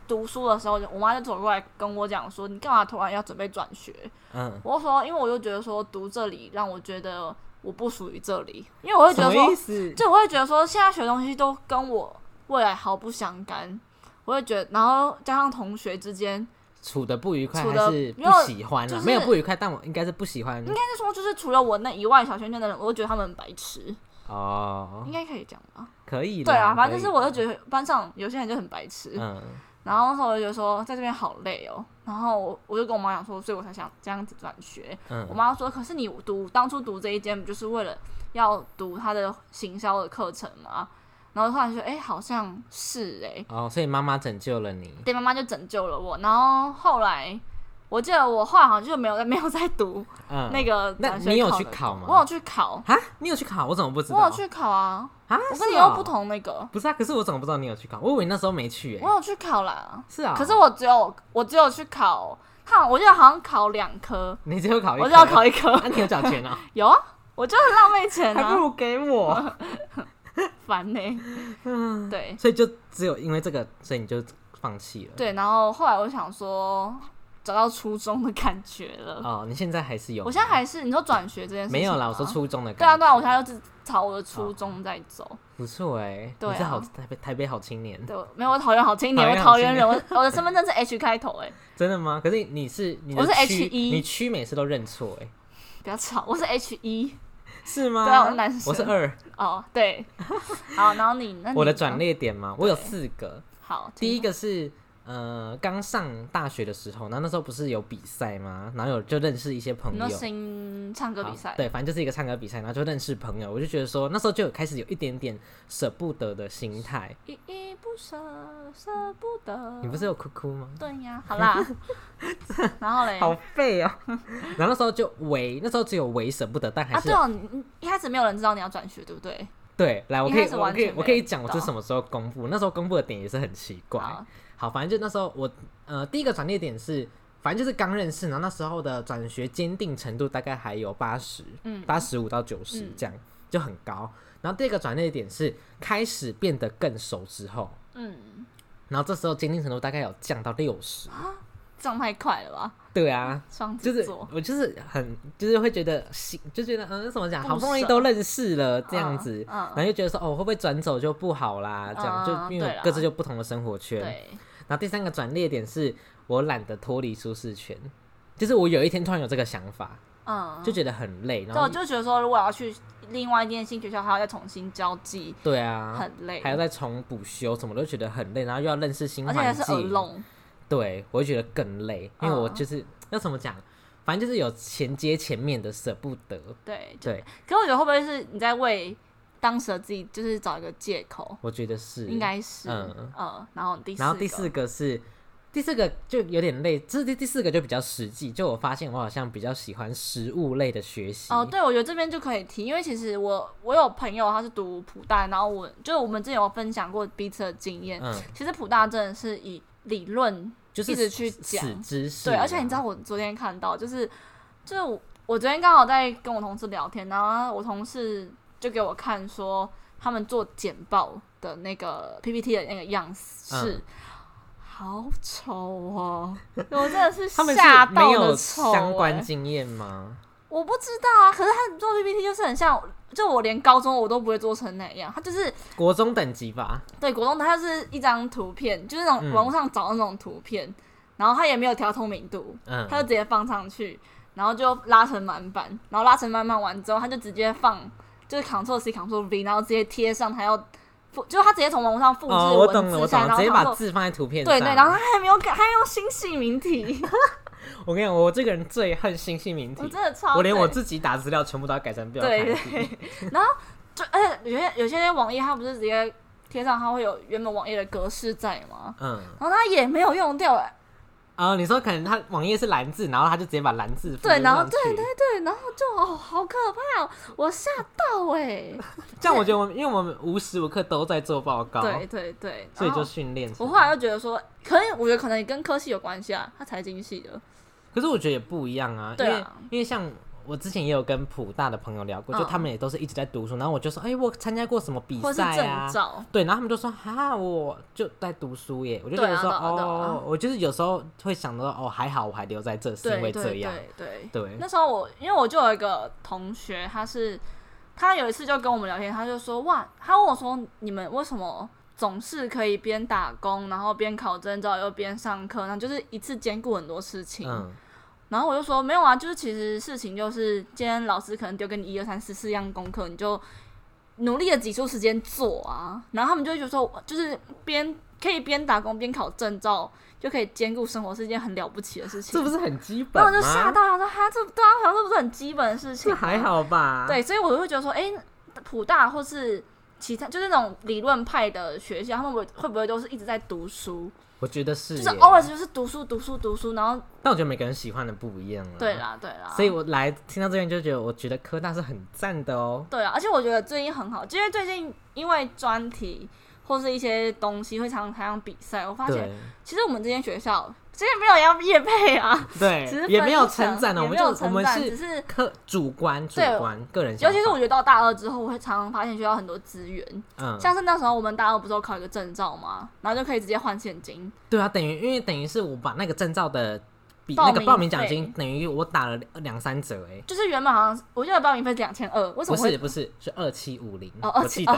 Speaker 2: 读书的时候，我妈就走过来跟我讲说：“你干嘛突然要准备转学？”
Speaker 1: 嗯，
Speaker 2: 我就说：“因为我就觉得说读这里让我觉得我不属于这里，因为我会
Speaker 1: 什
Speaker 2: 觉得
Speaker 1: 么
Speaker 2: 说
Speaker 1: 意思？
Speaker 2: 就我会觉得说，现在学的东西都跟我未来毫不相干，我会觉得，然后加上同学之间，应
Speaker 1: 处的不愉快
Speaker 2: 处
Speaker 1: 还
Speaker 2: 得
Speaker 1: 是不
Speaker 2: 没有
Speaker 1: 喜欢
Speaker 2: 就
Speaker 1: 了？
Speaker 2: 是嗯
Speaker 1: 没有不愉快，但我应该是不喜欢
Speaker 2: 该是说，就是除了我那以外小圈圈的人，我会觉得他们很白痴，
Speaker 1: 哦
Speaker 2: 应，该可以讲吧？
Speaker 1: 可以啦
Speaker 2: 对啊，反
Speaker 1: 可
Speaker 2: 正
Speaker 1: 以
Speaker 2: 就是我就觉得班上有些人就很白痴，
Speaker 1: 嗯，
Speaker 2: 然后那时候我就觉得说，在这边好累哦，然后我我就跟我妈讲说，所以我才想这样子转学。
Speaker 1: 嗯
Speaker 2: 我妈说，可是你读当初读这一间，不就是为了要读她的行销的课程吗？然后突然觉得，哎、好像是哎、
Speaker 1: 哦，所以妈妈拯救了你。
Speaker 2: 对，妈妈就拯救了我。然后后来，我记得我后来好像就没有再没 [LAUGHS] 有再读
Speaker 1: 嗯，
Speaker 2: 那个
Speaker 1: 那
Speaker 2: 转学
Speaker 1: 你有
Speaker 2: 考
Speaker 1: 去
Speaker 2: 的
Speaker 1: 考吗
Speaker 2: 我有去考，
Speaker 1: 啊，你有去考？我怎么不知道？
Speaker 2: 我有去考啊！
Speaker 1: 啊，
Speaker 2: 我
Speaker 1: 是
Speaker 2: 跟你又
Speaker 1: 哦
Speaker 2: 不。同那个，
Speaker 1: 不是啊，可是我怎么不知道你有去考？我以为你那时候没去
Speaker 2: 我
Speaker 1: 诶。
Speaker 2: 有去考啦。
Speaker 1: 是啊，
Speaker 2: 可是我只有我只有去考，看我记得好像考两科，
Speaker 1: 你只有考一科，
Speaker 2: 我只有考一科， [LAUGHS]
Speaker 1: 啊，你有缴钱啊？
Speaker 2: 有啊，我就很浪费钱
Speaker 1: 还不
Speaker 2: 啊，
Speaker 1: 如给我。
Speaker 2: 烦呢、
Speaker 1: [LAUGHS] 嗯，
Speaker 2: 对
Speaker 1: [LAUGHS] 所以就只有因为这个，所以你就放弃了。
Speaker 2: 对，然后后来我想说，找到初中的感觉了。
Speaker 1: 哦，你现在还是有吗？
Speaker 2: 嗯我现在还是你说转学这件事情
Speaker 1: 没有啦，我
Speaker 2: 吗
Speaker 1: 说初中的
Speaker 2: 对啊，
Speaker 1: 感觉。
Speaker 2: 对啊，我现在就是朝我的初衷在走。
Speaker 1: 不错哎，
Speaker 2: 对啊
Speaker 1: 你是好台北台北好青年，
Speaker 2: 对，没有我讨厌好青年，我
Speaker 1: 讨
Speaker 2: 讨
Speaker 1: 厌
Speaker 2: 厌
Speaker 1: 好
Speaker 2: 人，我我的身份证是 H 开头、哎，
Speaker 1: 真的吗？可是你是你的
Speaker 2: 我是 E
Speaker 1: 区
Speaker 2: HE
Speaker 1: 你区每次都认错哎，
Speaker 2: 不要吵，我是 H 一。
Speaker 1: 是吗？
Speaker 2: 对啊我是男生
Speaker 1: 我是二，
Speaker 2: 哦，对，好，然后你那你
Speaker 1: 我的转
Speaker 2: 呢
Speaker 1: 捩点嘛，我有四个，
Speaker 2: 好，
Speaker 1: 第一
Speaker 2: 个
Speaker 1: 个是呃刚上大学的时候，然后那时候不是有比赛吗？然后有就认识一些朋
Speaker 2: 你
Speaker 1: 友
Speaker 2: 说，新唱歌比赛
Speaker 1: 好，对，反正就是一个唱歌比赛，然后就认识朋友，我就觉得说那时候就有开始有一点点舍不得的心态。
Speaker 2: 依依不舍，舍不得。
Speaker 1: 你不是有哭哭吗？
Speaker 2: 对呀、
Speaker 1: [LAUGHS]
Speaker 2: 好啦，然后嘞，啊
Speaker 1: 好废哦、 [LAUGHS] 然后那时候就唯，那时候只有唯舍不得，但还
Speaker 2: 啊，
Speaker 1: 是
Speaker 2: 对
Speaker 1: 有、
Speaker 2: 哦，你你一开始没有人知道你要转学，对不对？
Speaker 1: 对。来，我
Speaker 2: 一
Speaker 1: 可以
Speaker 2: 开，始
Speaker 1: 我
Speaker 2: 完
Speaker 1: 可以
Speaker 2: 全，没
Speaker 1: 我可以
Speaker 2: 人
Speaker 1: 讲我
Speaker 2: 知
Speaker 1: 是
Speaker 2: 道
Speaker 1: 什么时候公布。那时候公布的点也是很奇怪。
Speaker 2: 好，
Speaker 1: 好，反正就那时候我呃第一个转捩点是，反正就是刚认识，然后那时候的转学坚定程度大概还有八十、
Speaker 2: 嗯，
Speaker 1: 八十五到九十
Speaker 2: 嗯
Speaker 1: 这样，就很高。然后第二个转捩点是开始变得更熟之后，
Speaker 2: 嗯，
Speaker 1: 然后这时候坚定程度大概有降到六十。
Speaker 2: 这样太快了吧？
Speaker 1: 对啊，
Speaker 2: 双
Speaker 1: 就
Speaker 2: 子
Speaker 1: 是
Speaker 2: 座，
Speaker 1: 我就是很就是会觉得心就觉得嗯怎么讲，
Speaker 2: 不
Speaker 1: 好不容易
Speaker 2: 舍
Speaker 1: 都认识了这样子，
Speaker 2: 嗯嗯
Speaker 1: 然后就觉得说哦会不会转走就不好啦，这样、
Speaker 2: 嗯
Speaker 1: 就因为
Speaker 2: 对
Speaker 1: 我
Speaker 2: 啦
Speaker 1: 各自就不同的生活圈。
Speaker 2: 对，
Speaker 1: 然后第三个转捩点是我懒得脱离舒适圈，就是我有一天突然有这个想法，
Speaker 2: 嗯，
Speaker 1: 就觉得很累，然
Speaker 2: 对，我
Speaker 1: 后
Speaker 2: 就觉得说，如果要去另外一间新学校，还要再重新交际，
Speaker 1: 对啊，
Speaker 2: 很累，
Speaker 1: 还要再重补修什么都觉得很累，然后又要认识新
Speaker 2: 而且还
Speaker 1: 环
Speaker 2: 是耳
Speaker 1: 境，
Speaker 2: 聋。
Speaker 1: 对我会觉得更累，因为我
Speaker 2: 嗯
Speaker 1: 就是、要怎么讲，反正就是有衔接前面的舍不得，
Speaker 2: 对，就
Speaker 1: 对
Speaker 2: 可我觉得会不会是你在为当时的自己，就是找一个借口？
Speaker 1: 我觉得是
Speaker 2: 应该是，
Speaker 1: 嗯
Speaker 2: 嗯然后第四，
Speaker 1: 然后第四，个是第四个就有点累，这第第四个就比较实际。就我发现我好像比较喜欢实物类的学习。
Speaker 2: 哦，对，我觉得这边就可以提，因为其实我我有朋友他是读普大，然后我就是我们之前有分享过彼此的经验。
Speaker 1: 嗯，
Speaker 2: 其实普大真的是以理论
Speaker 1: 就是
Speaker 2: 一直去
Speaker 1: 死
Speaker 2: 讲
Speaker 1: 知识啊。
Speaker 2: 对，而且你知道我昨天看到，就是就是我我昨天刚好在跟我同事聊天，然后我同事就给我看说，他们做简报的那个 PPT 的那个样式，
Speaker 1: 嗯
Speaker 2: 好丑哦！ [LAUGHS] 我真的是
Speaker 1: 他们
Speaker 2: 吓
Speaker 1: 是
Speaker 2: 到
Speaker 1: 没
Speaker 2: 的
Speaker 1: 有
Speaker 2: 丑、
Speaker 1: 相关
Speaker 2: 哎
Speaker 1: 经验吗？
Speaker 2: 我不知道啊，可是他做 PPT 就是很像，就我连高中我都不会做成那样，他就是
Speaker 1: 国中等级吧，
Speaker 2: 对，国中它就是一张图片，就是那种
Speaker 1: 嗯
Speaker 2: 网络上找那种图片，然后它也没有调透明度，
Speaker 1: 嗯，
Speaker 2: 它就直接放上去，然后就拉成满版，然后拉成满版完之后，它就直接放，就是 Ctrl C Ctrl V，然后直接贴上它要复，就是它直接从网络上复制
Speaker 1: 哦，我懂
Speaker 2: 文
Speaker 1: 了，
Speaker 2: 字
Speaker 1: 我
Speaker 2: 下
Speaker 1: 懂了，
Speaker 2: 来，
Speaker 1: 直接
Speaker 2: 然后
Speaker 1: 把
Speaker 2: Ctrl-
Speaker 1: 字放在图片上。
Speaker 2: 对对，然后它还没有改，还用新细明体，
Speaker 1: [LAUGHS] 我跟你讲，我这个人最恨新兴名
Speaker 2: 我
Speaker 1: 体，
Speaker 2: 真的超
Speaker 1: 我连我
Speaker 2: 对
Speaker 1: 自己打资料全部都要改成不要
Speaker 2: 对
Speaker 1: 看
Speaker 2: 对，然后就而且有些有些网页它不是直接贴上它会有原本网页的格式在吗？
Speaker 1: 嗯，
Speaker 2: 然后它也没有用掉、哎。
Speaker 1: 啊，你说可能他网页是蓝字，然后他就直接把蓝字复
Speaker 2: 对，
Speaker 1: 制
Speaker 2: 然后
Speaker 1: 上去
Speaker 2: 对对对，然后就哦，好可怕、哦，我吓到哎、
Speaker 1: 这样我觉得我们，因为我们无时无刻都在做报告，
Speaker 2: 对对对，
Speaker 1: 所以
Speaker 2: 然
Speaker 1: 就
Speaker 2: 后
Speaker 1: 训练出来。
Speaker 2: 我后来就觉得说，可能我觉得可能也跟科系有关系啊，他财经系的，
Speaker 1: 可是我觉得也不一样啊，
Speaker 2: 对啊
Speaker 1: 因为因为像我之前也有跟普大的朋友聊过，就
Speaker 2: 嗯
Speaker 1: 他们也都是一直在读书，然后我就说，哎、我参加过什么比
Speaker 2: 或是
Speaker 1: 赛
Speaker 2: 证
Speaker 1: 啊？
Speaker 2: 照，
Speaker 1: 对，然后他们就说哈，我就在读书耶，我就觉得说、
Speaker 2: 对啊对啊对啊
Speaker 1: 哦，我就是有时候会想到哦，还好我还留在这是
Speaker 2: 对
Speaker 1: 因
Speaker 2: 对
Speaker 1: 为
Speaker 2: 对
Speaker 1: 这样，
Speaker 2: 对对。
Speaker 1: 对，
Speaker 2: 那时候我因为我就有一个同学，他是他有一次就跟我们聊天，他就说哇，他问我说你们为什么？总是可以边打工，然后边考证照，又边上课，然后就是一次兼顾很多事情。
Speaker 1: 嗯
Speaker 2: 然后我就说没有啊，就是其实事情就是今天老师可能丢给你一二三四四样功课，你就努力的挤出时间做啊。然后他们就会觉得说，就是边可以边打工边考证照，就可以兼顾生活，是一件很了不起的事情。
Speaker 1: 这不是很基本
Speaker 2: 然
Speaker 1: 吗？
Speaker 2: 后我就吓到，想说哈，这对啊，好像这不是很基本的事情
Speaker 1: 这
Speaker 2: 吗？
Speaker 1: 还好啊吧？，
Speaker 2: 对，所以我就会觉得说，哎、普大或是其他就是那种理论派的学校，他们会会不会都是一直在读书，
Speaker 1: 我觉得是
Speaker 2: 就
Speaker 1: 耶，
Speaker 2: 是 always 就是读书读书读书，然后
Speaker 1: 但我觉得每个人喜欢的不一样了，啊
Speaker 2: 对。啦对啦，
Speaker 1: 嗯所以我来听到这边就觉得，我觉得科大是很赞的哦。
Speaker 2: 对啊，而且我觉得最近很好，因为最近因为专题或是一些东西会常常参加比赛，我发现
Speaker 1: 对
Speaker 2: 其实我们这间学校其实没有要业
Speaker 1: [LAUGHS]
Speaker 2: 配啊，只是
Speaker 1: 对，也没有
Speaker 2: 分
Speaker 1: 称
Speaker 2: 享
Speaker 1: 赞呢，哦啊
Speaker 2: 也
Speaker 1: 我们
Speaker 2: 没
Speaker 1: 就
Speaker 2: 有
Speaker 1: 我
Speaker 2: 称
Speaker 1: 们
Speaker 2: 赞只
Speaker 1: 是
Speaker 2: 是
Speaker 1: 科主观主
Speaker 2: 对
Speaker 1: 观个人想
Speaker 2: 尤
Speaker 1: 法，
Speaker 2: 其是我觉得到大二之后，我会常常发现学校很多资源，
Speaker 1: 嗯，
Speaker 2: 像是那时候我们大二不是有考一个证照嘛，然后就可以直接换现金，
Speaker 1: 对啊，等于因为等于是我把那个证照的比
Speaker 2: 报
Speaker 1: 那个
Speaker 2: 名
Speaker 1: 报名奖
Speaker 2: 费
Speaker 1: 金，等于我打了两三折哎、
Speaker 2: 就是原本好像我记得报名费两千二，为什
Speaker 1: 不
Speaker 2: 么
Speaker 1: 是
Speaker 2: 会？
Speaker 1: 不是是二七五零，
Speaker 2: 哦
Speaker 1: 我记得，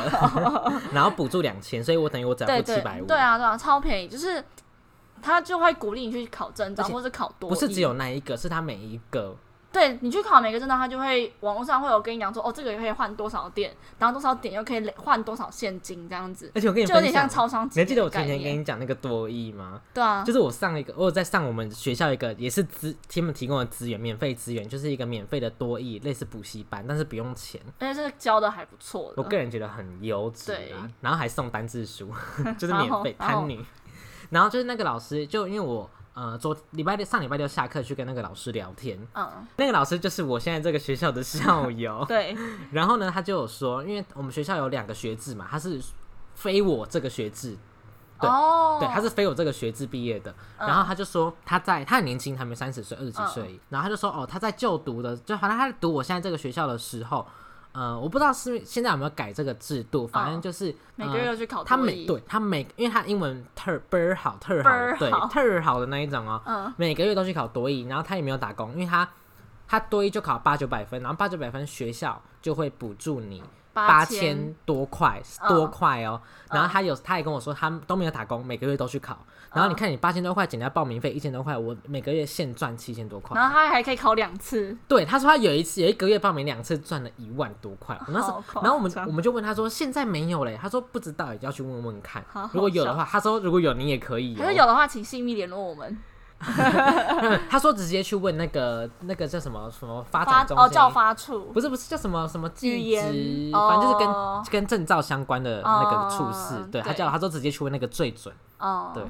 Speaker 1: 然后补助两千，所以我等于我只要
Speaker 2: 对
Speaker 1: 付
Speaker 2: 对
Speaker 1: 七百五，
Speaker 2: 对，啊对啊，超便宜，就是他就会鼓励你去考证照
Speaker 1: 而且
Speaker 2: 或是考多益，
Speaker 1: 不是只有那一个，是他每一个，
Speaker 2: 对你去考每个证照，它就会网络上会有跟你讲说，哦，这个也可以换多少点，然后多少点又可以累换多少现金这样子，
Speaker 1: 而且我跟你
Speaker 2: 就有
Speaker 1: 分
Speaker 2: 点像
Speaker 1: 享，
Speaker 2: 超商
Speaker 1: 你
Speaker 2: 集
Speaker 1: 还记
Speaker 2: 结
Speaker 1: 得
Speaker 2: 的
Speaker 1: 我
Speaker 2: 概
Speaker 1: 前天
Speaker 2: 念。
Speaker 1: 跟你讲那个多益吗？
Speaker 2: 对啊，
Speaker 1: 就是我上了一个，我有在上我们学校一个也是资他们提供的资源，免费资源，就是一个免费的多益类似补习班，但是不用钱。
Speaker 2: 而且这个教的还不错
Speaker 1: 我
Speaker 2: 的。
Speaker 1: 个人觉得很优质
Speaker 2: 哦对
Speaker 1: 啊，然后还送单字书， [LAUGHS] 就是
Speaker 2: 然后
Speaker 1: 免费
Speaker 2: 然后
Speaker 1: 贪女。然后就是那个老师，就因为我呃昨礼拜六上礼拜六下课去跟那个老师聊天，
Speaker 2: 嗯，
Speaker 1: 那个老师就是我现在这个学校的校友。
Speaker 2: [LAUGHS] 对，
Speaker 1: 然后呢，他就有说，因为我们学校有两个学制嘛，他是非我这个学制，对
Speaker 2: 哦，
Speaker 1: 对，他是非我这个学制毕业的。
Speaker 2: 嗯
Speaker 1: 然后他就说他在他很年轻，还没三十岁，二十几
Speaker 2: 嗯
Speaker 1: 岁而已。然后他就说哦，他在就读的，就好像他在读我现在这个学校的时候，呃，我不知道是现在有没有改这个制度，反正就是、
Speaker 2: 嗯每个月
Speaker 1: 呃
Speaker 2: 又去考
Speaker 1: 他
Speaker 2: 多
Speaker 1: 每
Speaker 2: 益，
Speaker 1: 对他每，因为他英文特倍儿好，特
Speaker 2: 倍儿
Speaker 1: 好，对
Speaker 2: 好，
Speaker 1: 特儿好的那一种哦，
Speaker 2: 嗯，
Speaker 1: 每个月都去考多益，然后他也没有打工，因为他他多益就考八九百分，然后八九百分学校就会补助你八千
Speaker 2: 千，
Speaker 1: 多块，
Speaker 2: 嗯
Speaker 1: 多块哦。
Speaker 2: 嗯
Speaker 1: 然后他有，他也跟我说，他都没有打工，每个月都去考。然后你看，你八千多块减掉报名费一千多块，我每个月现赚七千多块。
Speaker 2: 然后他还可以考两次，
Speaker 1: 对，他说他有一次有一个月报名两次，赚了一万多块。我那时
Speaker 2: 好
Speaker 1: 候
Speaker 2: 夸，张
Speaker 1: 然后我们我们就问他说，现在没有嘞？他说不知道，要去问问看
Speaker 2: 好好。
Speaker 1: 如果有的话，他说如果有你也可以、哦
Speaker 2: 他说有的话请细密联络我们，
Speaker 1: 他说直接去问那个那个叫什么什么发
Speaker 2: 发
Speaker 1: 展中
Speaker 2: 哦
Speaker 1: 心，
Speaker 2: 教发处，
Speaker 1: 不是不是叫什么什么
Speaker 2: 语
Speaker 1: 技
Speaker 2: 言
Speaker 1: 职，
Speaker 2: 哦
Speaker 1: 反正就是跟跟证照相关的那个处事
Speaker 2: 哦。
Speaker 1: 对他
Speaker 2: 对
Speaker 1: 叫我他说直接去问那个最准。
Speaker 2: 哦，
Speaker 1: 对，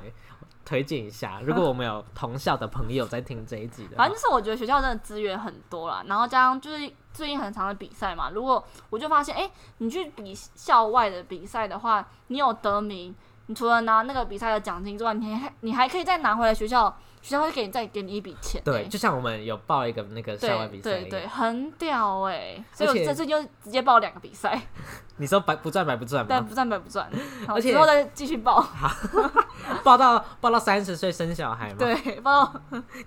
Speaker 1: 推荐一下，如果我们有同校的朋友在听这一集的话，
Speaker 2: 反正就是我觉得学校真的资源很多啦，然后加上就是最近很长的比赛嘛，如果我就发现，哎、你去比校外的比赛的话，你有得名，你除了拿那个比赛的奖金之外，你还你还可以再拿回来学校，学校会给你再给你一笔钱、欸。
Speaker 1: 对，就像我们有报一个那个校外比
Speaker 2: 对
Speaker 1: 赛一样，
Speaker 2: 对对，很屌哎、所以我
Speaker 1: 而且
Speaker 2: 这次就直接报两个比赛，
Speaker 1: 你说白不赚白不赚
Speaker 2: 但
Speaker 1: 吗？
Speaker 2: 不赚白
Speaker 1: [LAUGHS]
Speaker 2: 不赚，然后
Speaker 1: 而且
Speaker 2: 之后再继续
Speaker 1: [LAUGHS]
Speaker 2: 报。
Speaker 1: 报到报到三十岁生小孩吗？，
Speaker 2: 对，报到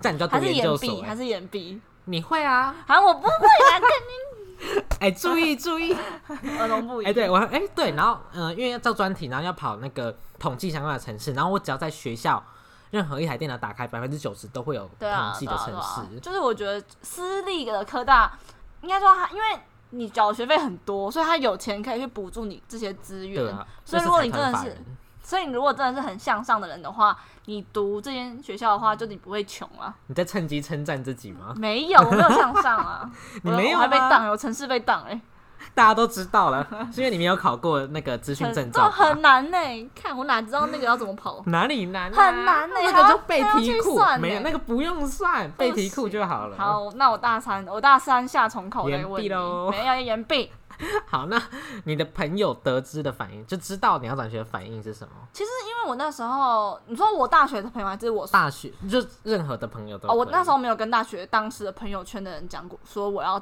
Speaker 1: 这样你就要
Speaker 2: 还
Speaker 1: 读
Speaker 2: 是
Speaker 1: 研
Speaker 2: 眼
Speaker 1: 究
Speaker 2: 闭，
Speaker 1: 所、
Speaker 2: 还
Speaker 1: 欸。
Speaker 2: 是眼 [LAUGHS] 闭。
Speaker 1: 你会啊？
Speaker 2: 好像我不会 [LAUGHS] 啦，
Speaker 1: 哎、注
Speaker 2: [LAUGHS]
Speaker 1: 意注意！
Speaker 2: 跟儿童不一
Speaker 1: 哎、对我还哎、对，然后嗯、呃因为要做专题，然后要跑那个统计相关的城市，然后我只要在学校任何一台电脑打开，百分之九十都会有
Speaker 2: 对啊
Speaker 1: 统，计
Speaker 2: 对
Speaker 1: 的
Speaker 2: 啊，
Speaker 1: 城
Speaker 2: 对啊
Speaker 1: 市。
Speaker 2: 就是我觉得私立的科大，应该说它，因为你缴学费很多，所以他有钱可以去补助你这些资源。
Speaker 1: 对啊，
Speaker 2: 所以
Speaker 1: 这
Speaker 2: 如果
Speaker 1: 财
Speaker 2: 你
Speaker 1: 团
Speaker 2: 真的
Speaker 1: 法
Speaker 2: 是
Speaker 1: 人
Speaker 2: 所以你如果真的是很向上的人的话，你读这间学校的话，就你不会穷啊。
Speaker 1: 你在趁机称赞自己吗？ [LAUGHS]
Speaker 2: 没有，我没有向上啊，
Speaker 1: 你
Speaker 2: 我
Speaker 1: 没有
Speaker 2: 我还被
Speaker 1: 吗
Speaker 2: 挡，有城市被挡哎、
Speaker 1: 大家都知道了，是因为你没有考过那个资讯
Speaker 2: 很
Speaker 1: 证
Speaker 2: 这
Speaker 1: 照吧，？
Speaker 2: [LAUGHS] 很难呢、看我哪知道那个要怎么跑
Speaker 1: 哪里难、啊？
Speaker 2: 很难欸
Speaker 1: 那个
Speaker 2: 还要
Speaker 1: 就背
Speaker 2: 还要
Speaker 1: 题
Speaker 2: 去
Speaker 1: 库，
Speaker 2: 算
Speaker 1: 没有
Speaker 2: 欸
Speaker 1: 那个不用算，背题库就 [LAUGHS] 好了。
Speaker 2: 好，那我大三，我大三下重考再问你。
Speaker 1: 延毕咯
Speaker 2: 没有延毕。
Speaker 1: [LAUGHS] 好，那你的朋友得知的反应，就知道你要转学的反应是什么？
Speaker 2: 其实因为我那时候，你说我大学的朋友还是我
Speaker 1: 大学就任何的朋友都
Speaker 2: 哦，我
Speaker 1: 可以
Speaker 2: 那时候没有跟大学当时的朋友圈的人讲过，说我要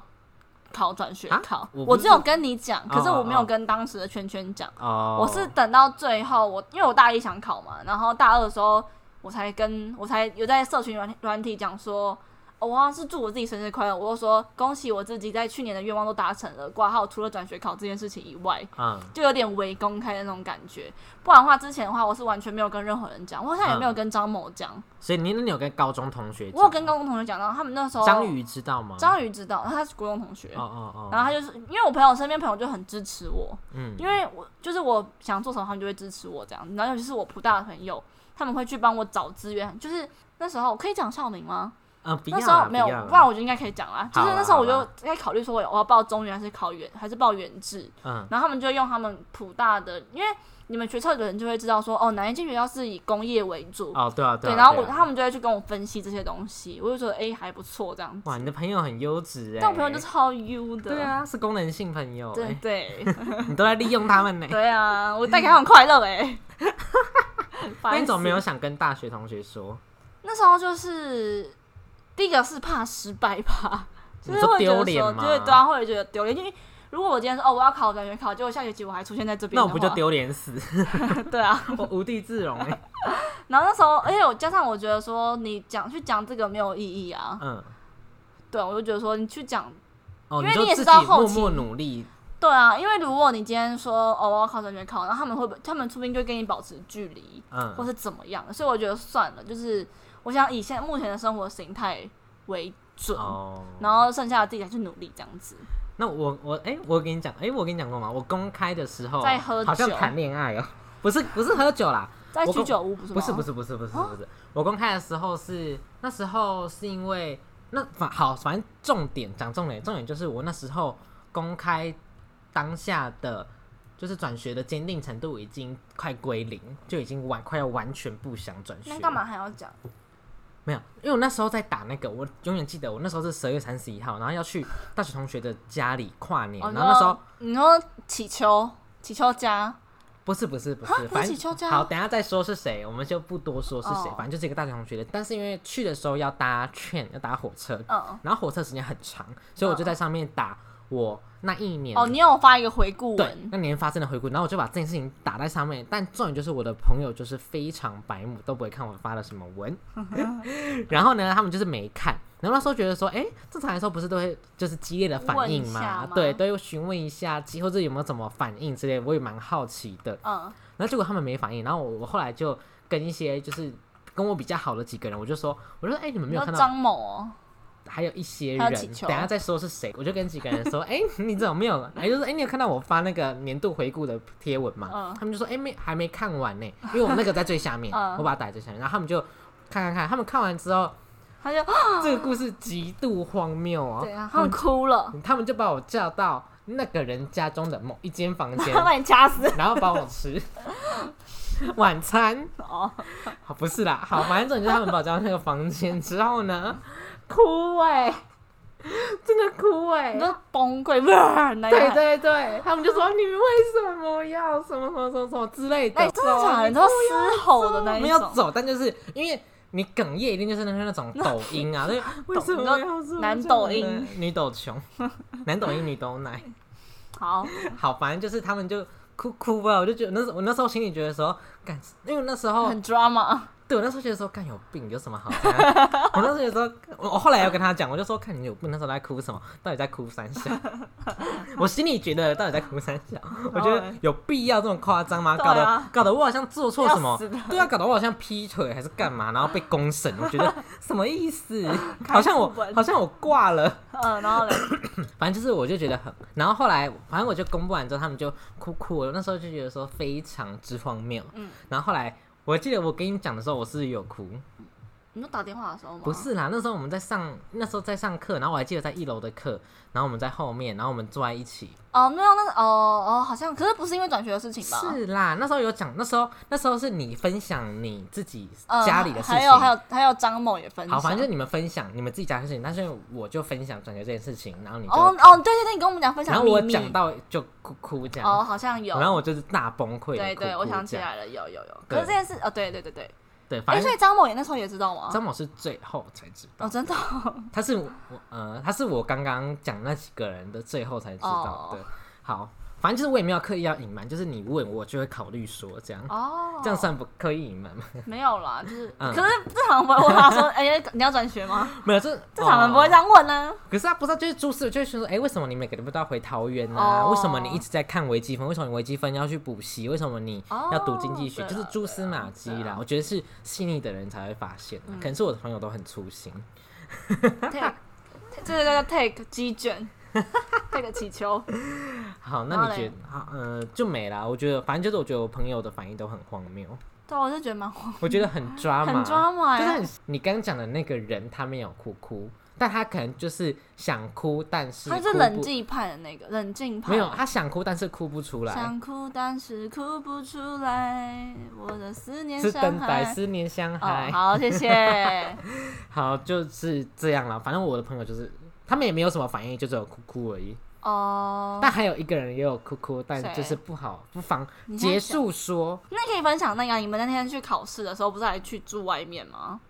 Speaker 2: 考转学
Speaker 1: 啊
Speaker 2: 考，
Speaker 1: 我
Speaker 2: 我
Speaker 1: 不是
Speaker 2: 只有跟你讲，可是
Speaker 1: 哦哦
Speaker 2: 我没有
Speaker 1: 哦
Speaker 2: 跟当时的圈圈讲。
Speaker 1: 哦，
Speaker 2: 我是等到最后，我因为我大一想考嘛，然后大二的时候我才跟我才有在社群软软体讲说，哦我好像是祝我自己生日快乐，我就说恭喜我自己在去年的愿望都达成了，挂号除了转学考这件事情以外，
Speaker 1: 嗯，
Speaker 2: 就有点围公开的那种感觉。不然的话，之前的话我是完全没有跟任何人讲，我好像也没有跟张某讲，
Speaker 1: 所以你那你有跟高中同学讲吗？
Speaker 2: 我有跟高中同学讲，然后他们那时候
Speaker 1: 嗯章鱼知道吗？
Speaker 2: 章鱼知道，他是国中同学。
Speaker 1: 哦哦
Speaker 2: 然
Speaker 1: 哦，
Speaker 2: 后他就是因为我朋友身边朋友就很支持我，
Speaker 1: 嗯，
Speaker 2: 因为我就是我想做什么，他们就会支持我这样。然后尤其是我普大的朋友，他们会去帮我找资源。就是那时候可以讲校名吗？
Speaker 1: 呃，不要
Speaker 2: 那时候
Speaker 1: 啦
Speaker 2: 没有，
Speaker 1: 不要啦
Speaker 2: 不然我就应该可以讲啦。就
Speaker 1: 好
Speaker 2: 是
Speaker 1: 啦
Speaker 2: 那时候我
Speaker 1: 好啊
Speaker 2: 就
Speaker 1: 啦
Speaker 2: 在考虑说，我要报中原还是考原，还是报原制。
Speaker 1: 嗯
Speaker 2: 然后他们就用他们普大的，因为你们学测的人就会知道说，哦，哪一间学校是以工业为主。
Speaker 1: 哦，对啊啊
Speaker 2: 对，
Speaker 1: 啊
Speaker 2: 然后我、
Speaker 1: 对啊
Speaker 2: 他们就会去跟我分析这些东西，我就觉得哎、还不错这样子。
Speaker 1: 哇，你的朋友很优质哎，
Speaker 2: 但我朋友就超 U 的，
Speaker 1: 对啊，是功能性朋友
Speaker 2: 对
Speaker 1: 哎，
Speaker 2: 对 [LAUGHS]
Speaker 1: 你都在利用他们呢。
Speaker 2: 对啊，我带给他们快乐哎、 [LAUGHS] 欸。
Speaker 1: 那你怎么没有
Speaker 2: 烦死？
Speaker 1: 想跟大学同学说？
Speaker 2: 那时候就是第一个是怕失败吧， [LAUGHS] 就
Speaker 1: 你
Speaker 2: 是
Speaker 1: 说
Speaker 2: 会觉
Speaker 1: 丢
Speaker 2: 得
Speaker 1: 脸
Speaker 2: 说，
Speaker 1: 吗
Speaker 2: 对对啊，会觉得丢脸，因为。如果我今天说哦，我要考转学考，结果下学期我还出现在这边，
Speaker 1: 那我不就？丢脸死？
Speaker 2: [LAUGHS] 对啊，
Speaker 1: 我无地自容
Speaker 2: 欸
Speaker 1: 哎。
Speaker 2: 然后那时候，而且我加上我觉得说你讲去讲这个没有意义啊，
Speaker 1: 嗯，
Speaker 2: 对，我就觉得说你去讲
Speaker 1: 哦，
Speaker 2: 因为
Speaker 1: 就
Speaker 2: 你也
Speaker 1: 自己
Speaker 2: 知道后
Speaker 1: 默
Speaker 2: 期
Speaker 1: 默努力，
Speaker 2: 对啊，因为如果你今天说哦我要考转学考，然后他们会不他们出兵就会跟你保持距离，
Speaker 1: 嗯，
Speaker 2: 或是怎么样的，所以我觉得算了，就是我想以现在目前的生活形态为准，
Speaker 1: 哦，
Speaker 2: 然后剩下的自己再去努力这样子。
Speaker 1: 那我我哎、我跟你讲，哎、我跟你讲过吗？我公开的时候
Speaker 2: 在喝
Speaker 1: 好像
Speaker 2: 酒
Speaker 1: 谈恋爱哦、不是不是喝酒啦，
Speaker 2: 在
Speaker 1: 我
Speaker 2: 居
Speaker 1: 跟
Speaker 2: 酒屋不是吗？
Speaker 1: 不是不是不是不是不是，
Speaker 2: 哦
Speaker 1: 我公开的时候是那时候是因为那反好，反正重点讲重点，重点就是我那时候公开当下的就是转学的坚定程度已经快归零，就已经完快要完全不想转学。
Speaker 2: 那干嘛？还要讲？
Speaker 1: 没有，因为我那时候在打那个，我永远记得我那时候是十二月三十一号，然后要去大学同学的家里跨年，
Speaker 2: 哦
Speaker 1: 然后那时候。
Speaker 2: 你说祈求祈求家，
Speaker 1: 不是不是不
Speaker 2: 啊
Speaker 1: 是，
Speaker 2: 不是
Speaker 1: 反正
Speaker 2: 起秋家
Speaker 1: 好，等一下再说是谁，我们就不多说是谁
Speaker 2: 哦，
Speaker 1: 反正就是一个大学同学的。但是因为去的时候要搭券，要搭火车，
Speaker 2: 嗯，
Speaker 1: 然后火车时间很长，所以我就在上面打我那一年
Speaker 2: 哦，你有发一个回顾
Speaker 1: 对
Speaker 2: 文，
Speaker 1: 那年发生的回顾，然后我就把这件事情打在上面。但重点就是我的朋友就是非常白目，都不会看我发了什么
Speaker 2: [LAUGHS]
Speaker 1: 文。然后呢，他们就是没看。然后那时候觉得说，哎，正常来说不是都会就是激烈的反应
Speaker 2: 问一下
Speaker 1: 吗
Speaker 2: 吗？
Speaker 1: 对，都会询问一下，或者有没有怎么反应之类，我也蛮好奇的。
Speaker 2: 嗯，
Speaker 1: 然后结果他们没反应，然后我我后来就跟一些就是跟我比较好的几个人，我就说，我就说，哎、你们没
Speaker 2: 你
Speaker 1: 有
Speaker 2: 说
Speaker 1: 看到，
Speaker 2: 张某哦，
Speaker 1: 还有一些
Speaker 2: 还
Speaker 1: 人，
Speaker 2: 有几
Speaker 1: 等一
Speaker 2: 球
Speaker 1: 下再说是谁，我就跟几个人说，哎、 [LAUGHS] 你怎么没有？哎、就是哎、你有看到我发那个年度回顾的贴文吗？
Speaker 2: 嗯
Speaker 1: 他们就说，哎、没还没看完呢、因为我那个在最下面，
Speaker 2: 嗯
Speaker 1: 我把它打在最下面，然后他们就看看看，他们看完之后，
Speaker 2: 他就
Speaker 1: 这个故事极度荒谬哦
Speaker 2: 嗯
Speaker 1: 嗯
Speaker 2: 对，啊，他们哭了，
Speaker 1: 他们就把我叫到那个人家中的某一间房
Speaker 2: [LAUGHS]
Speaker 1: 间
Speaker 2: 他，把你掐死
Speaker 1: 然后帮我吃 [LAUGHS] 晚餐。
Speaker 2: 哦，
Speaker 1: 好，不是啦，好，反正就是他们把我叫到那个房间之后呢，哭哎、 [LAUGHS] 真的哭哎、
Speaker 2: 你都崩溃，哇那
Speaker 1: 对
Speaker 2: 样。
Speaker 1: 对对，他们就说你们为什么要什么什么什么什么之类的，
Speaker 2: 哎，真的假的？你知道嘶吼的那一
Speaker 1: 没有
Speaker 2: 种，
Speaker 1: 走，但就是因为你哽咽，一定就是那那种抖音 [LAUGHS] 啊，对，为什么要说
Speaker 2: 男抖音、
Speaker 1: 女抖 [LAUGHS] 穷、男抖音、女抖奶？
Speaker 2: 好，
Speaker 1: 好，反正就是他们就哭哭吧，我就觉得那时候我那时候心里觉得说，干，因为那时候
Speaker 2: 很 drama。
Speaker 1: 对我那时候觉得说，干有病有什么好看
Speaker 2: [LAUGHS]
Speaker 1: 啊？我那时候觉得说，我我后来要跟他讲，我就说，看你有病，那时候在哭什么？到底在哭三
Speaker 2: [LAUGHS]
Speaker 1: 小？我心里觉得到底在哭三小？我觉得
Speaker 2: 嘞
Speaker 1: 有必要这么夸张吗？
Speaker 2: 哦对
Speaker 1: 搞
Speaker 2: 啊
Speaker 1: 得搞得我好像做错什
Speaker 2: 要
Speaker 1: 么
Speaker 2: 死的？
Speaker 1: 对啊，搞得我好像劈腿还是干嘛，然后被公审，我觉得什么意
Speaker 2: [LAUGHS]
Speaker 1: 思？
Speaker 2: 开
Speaker 1: 好像我
Speaker 2: 副本
Speaker 1: 好像我挂了。
Speaker 2: 嗯，然后嘞，
Speaker 1: 反正就是我就觉得很，然后后来反正我就公布完之后，他们就哭哭了。那时候就觉得说非常之荒谬。
Speaker 2: 嗯，
Speaker 1: 然后后来我记得我跟你讲的时候，我是有哭，
Speaker 2: 你说打电话的时候吗？
Speaker 1: 不，是啦，那时候我们在上那时候在上课，然后我还记得在一楼的课，然后我们在后面，然后我们坐在一起。
Speaker 2: 哦，没有，那个，哦哦，好像，可是不是因为转学的事情吧？
Speaker 1: 是啦，那时候有讲，那时候那时候是你分享你自己
Speaker 2: 嗯，
Speaker 1: 家里的事情，
Speaker 2: 还有还有还有张某也分享。
Speaker 1: 好，反正就是你们分享你们自己家的事情，但是我就分享转学这件事情，然后你就，
Speaker 2: 哦哦，对对对，你跟我们讲分享
Speaker 1: 然后
Speaker 2: 秘密。
Speaker 1: 我讲到就哭哭这样，
Speaker 2: 哦，好像有。
Speaker 1: 然后我就是大崩溃，
Speaker 2: 对对，我想起
Speaker 1: 来。
Speaker 2: 来了，有有有。
Speaker 1: 对
Speaker 2: 可是这件事，哦，对对对对。
Speaker 1: 对，反
Speaker 2: 哎，所
Speaker 1: 正
Speaker 2: 以张某也那时候也知道吗？
Speaker 1: 张某是最后才知道，[LAUGHS]
Speaker 2: 哦，真的哦。
Speaker 1: 他是我呃，他是我刚刚讲那几个人的最后才知道
Speaker 2: 哦
Speaker 1: 的。好，反正就是我也没有刻意要隐瞒，就是你问我就会考虑说这样，
Speaker 2: 哦，
Speaker 1: 这样算不刻意隐瞒
Speaker 2: [LAUGHS]
Speaker 1: 吗？
Speaker 2: 没有啦，就是，
Speaker 1: 嗯哦
Speaker 2: 可是正常人不会问他说，
Speaker 1: [LAUGHS]
Speaker 2: 哎，你要转学吗？
Speaker 1: 没有，这
Speaker 2: 正常人不会这
Speaker 1: 哦
Speaker 2: 样问啊呢。
Speaker 1: 可是他不知道，就是蛛丝，就是说，哎、为什么你每个礼拜都要回桃园啊？
Speaker 2: 哦
Speaker 1: 为什么你一直在看微积分？为什么你微积分要去补习？为什么你
Speaker 2: 哦
Speaker 1: 要读经济学？
Speaker 2: 对
Speaker 1: 就是
Speaker 2: 啦
Speaker 1: 蛛丝马迹
Speaker 2: 对啊嗯
Speaker 1: 啦。
Speaker 2: 啦
Speaker 1: 我觉得是细腻的人才会发现、啊可能是我的朋友都很粗心。
Speaker 2: take，这个叫 take 鸡卷，take 气球。
Speaker 1: 好，
Speaker 2: 然
Speaker 1: 那你
Speaker 2: 后
Speaker 1: 觉
Speaker 2: 嘞
Speaker 1: 得？好，呃，就没啦。我觉得，反正就是我觉得我朋友的反应都很荒谬，
Speaker 2: 对，我是觉得蛮荒
Speaker 1: 我觉得很 drama，
Speaker 2: 很 drama
Speaker 1: 就是
Speaker 2: 哎
Speaker 1: 很。你刚刚讲的那个人，他没有哭哭，但他可能就是想哭，但是
Speaker 2: 他
Speaker 1: 哭
Speaker 2: 是
Speaker 1: 不
Speaker 2: 冷，静派的那个，冷静派。
Speaker 1: 没有，他想哭，但是哭不出来。
Speaker 2: 想哭但是哭不出来，我的思念
Speaker 1: 是
Speaker 2: 伤
Speaker 1: 等待
Speaker 2: 害。
Speaker 1: 思念相
Speaker 2: 哦
Speaker 1: 害，，
Speaker 2: 好，谢谢。
Speaker 1: [LAUGHS] 好，就是这样啦。反正我的朋友就是，他们也没有什么反应，就只有哭哭而已。
Speaker 2: 哦，
Speaker 1: 但还有一个人也有哭哭，但
Speaker 2: 谁
Speaker 1: 就是不好，不妨
Speaker 2: 你先
Speaker 1: 结
Speaker 2: 讲
Speaker 1: 束说
Speaker 2: 那可以分享那个啊你们那天去考试的时候，不是还去住外面吗？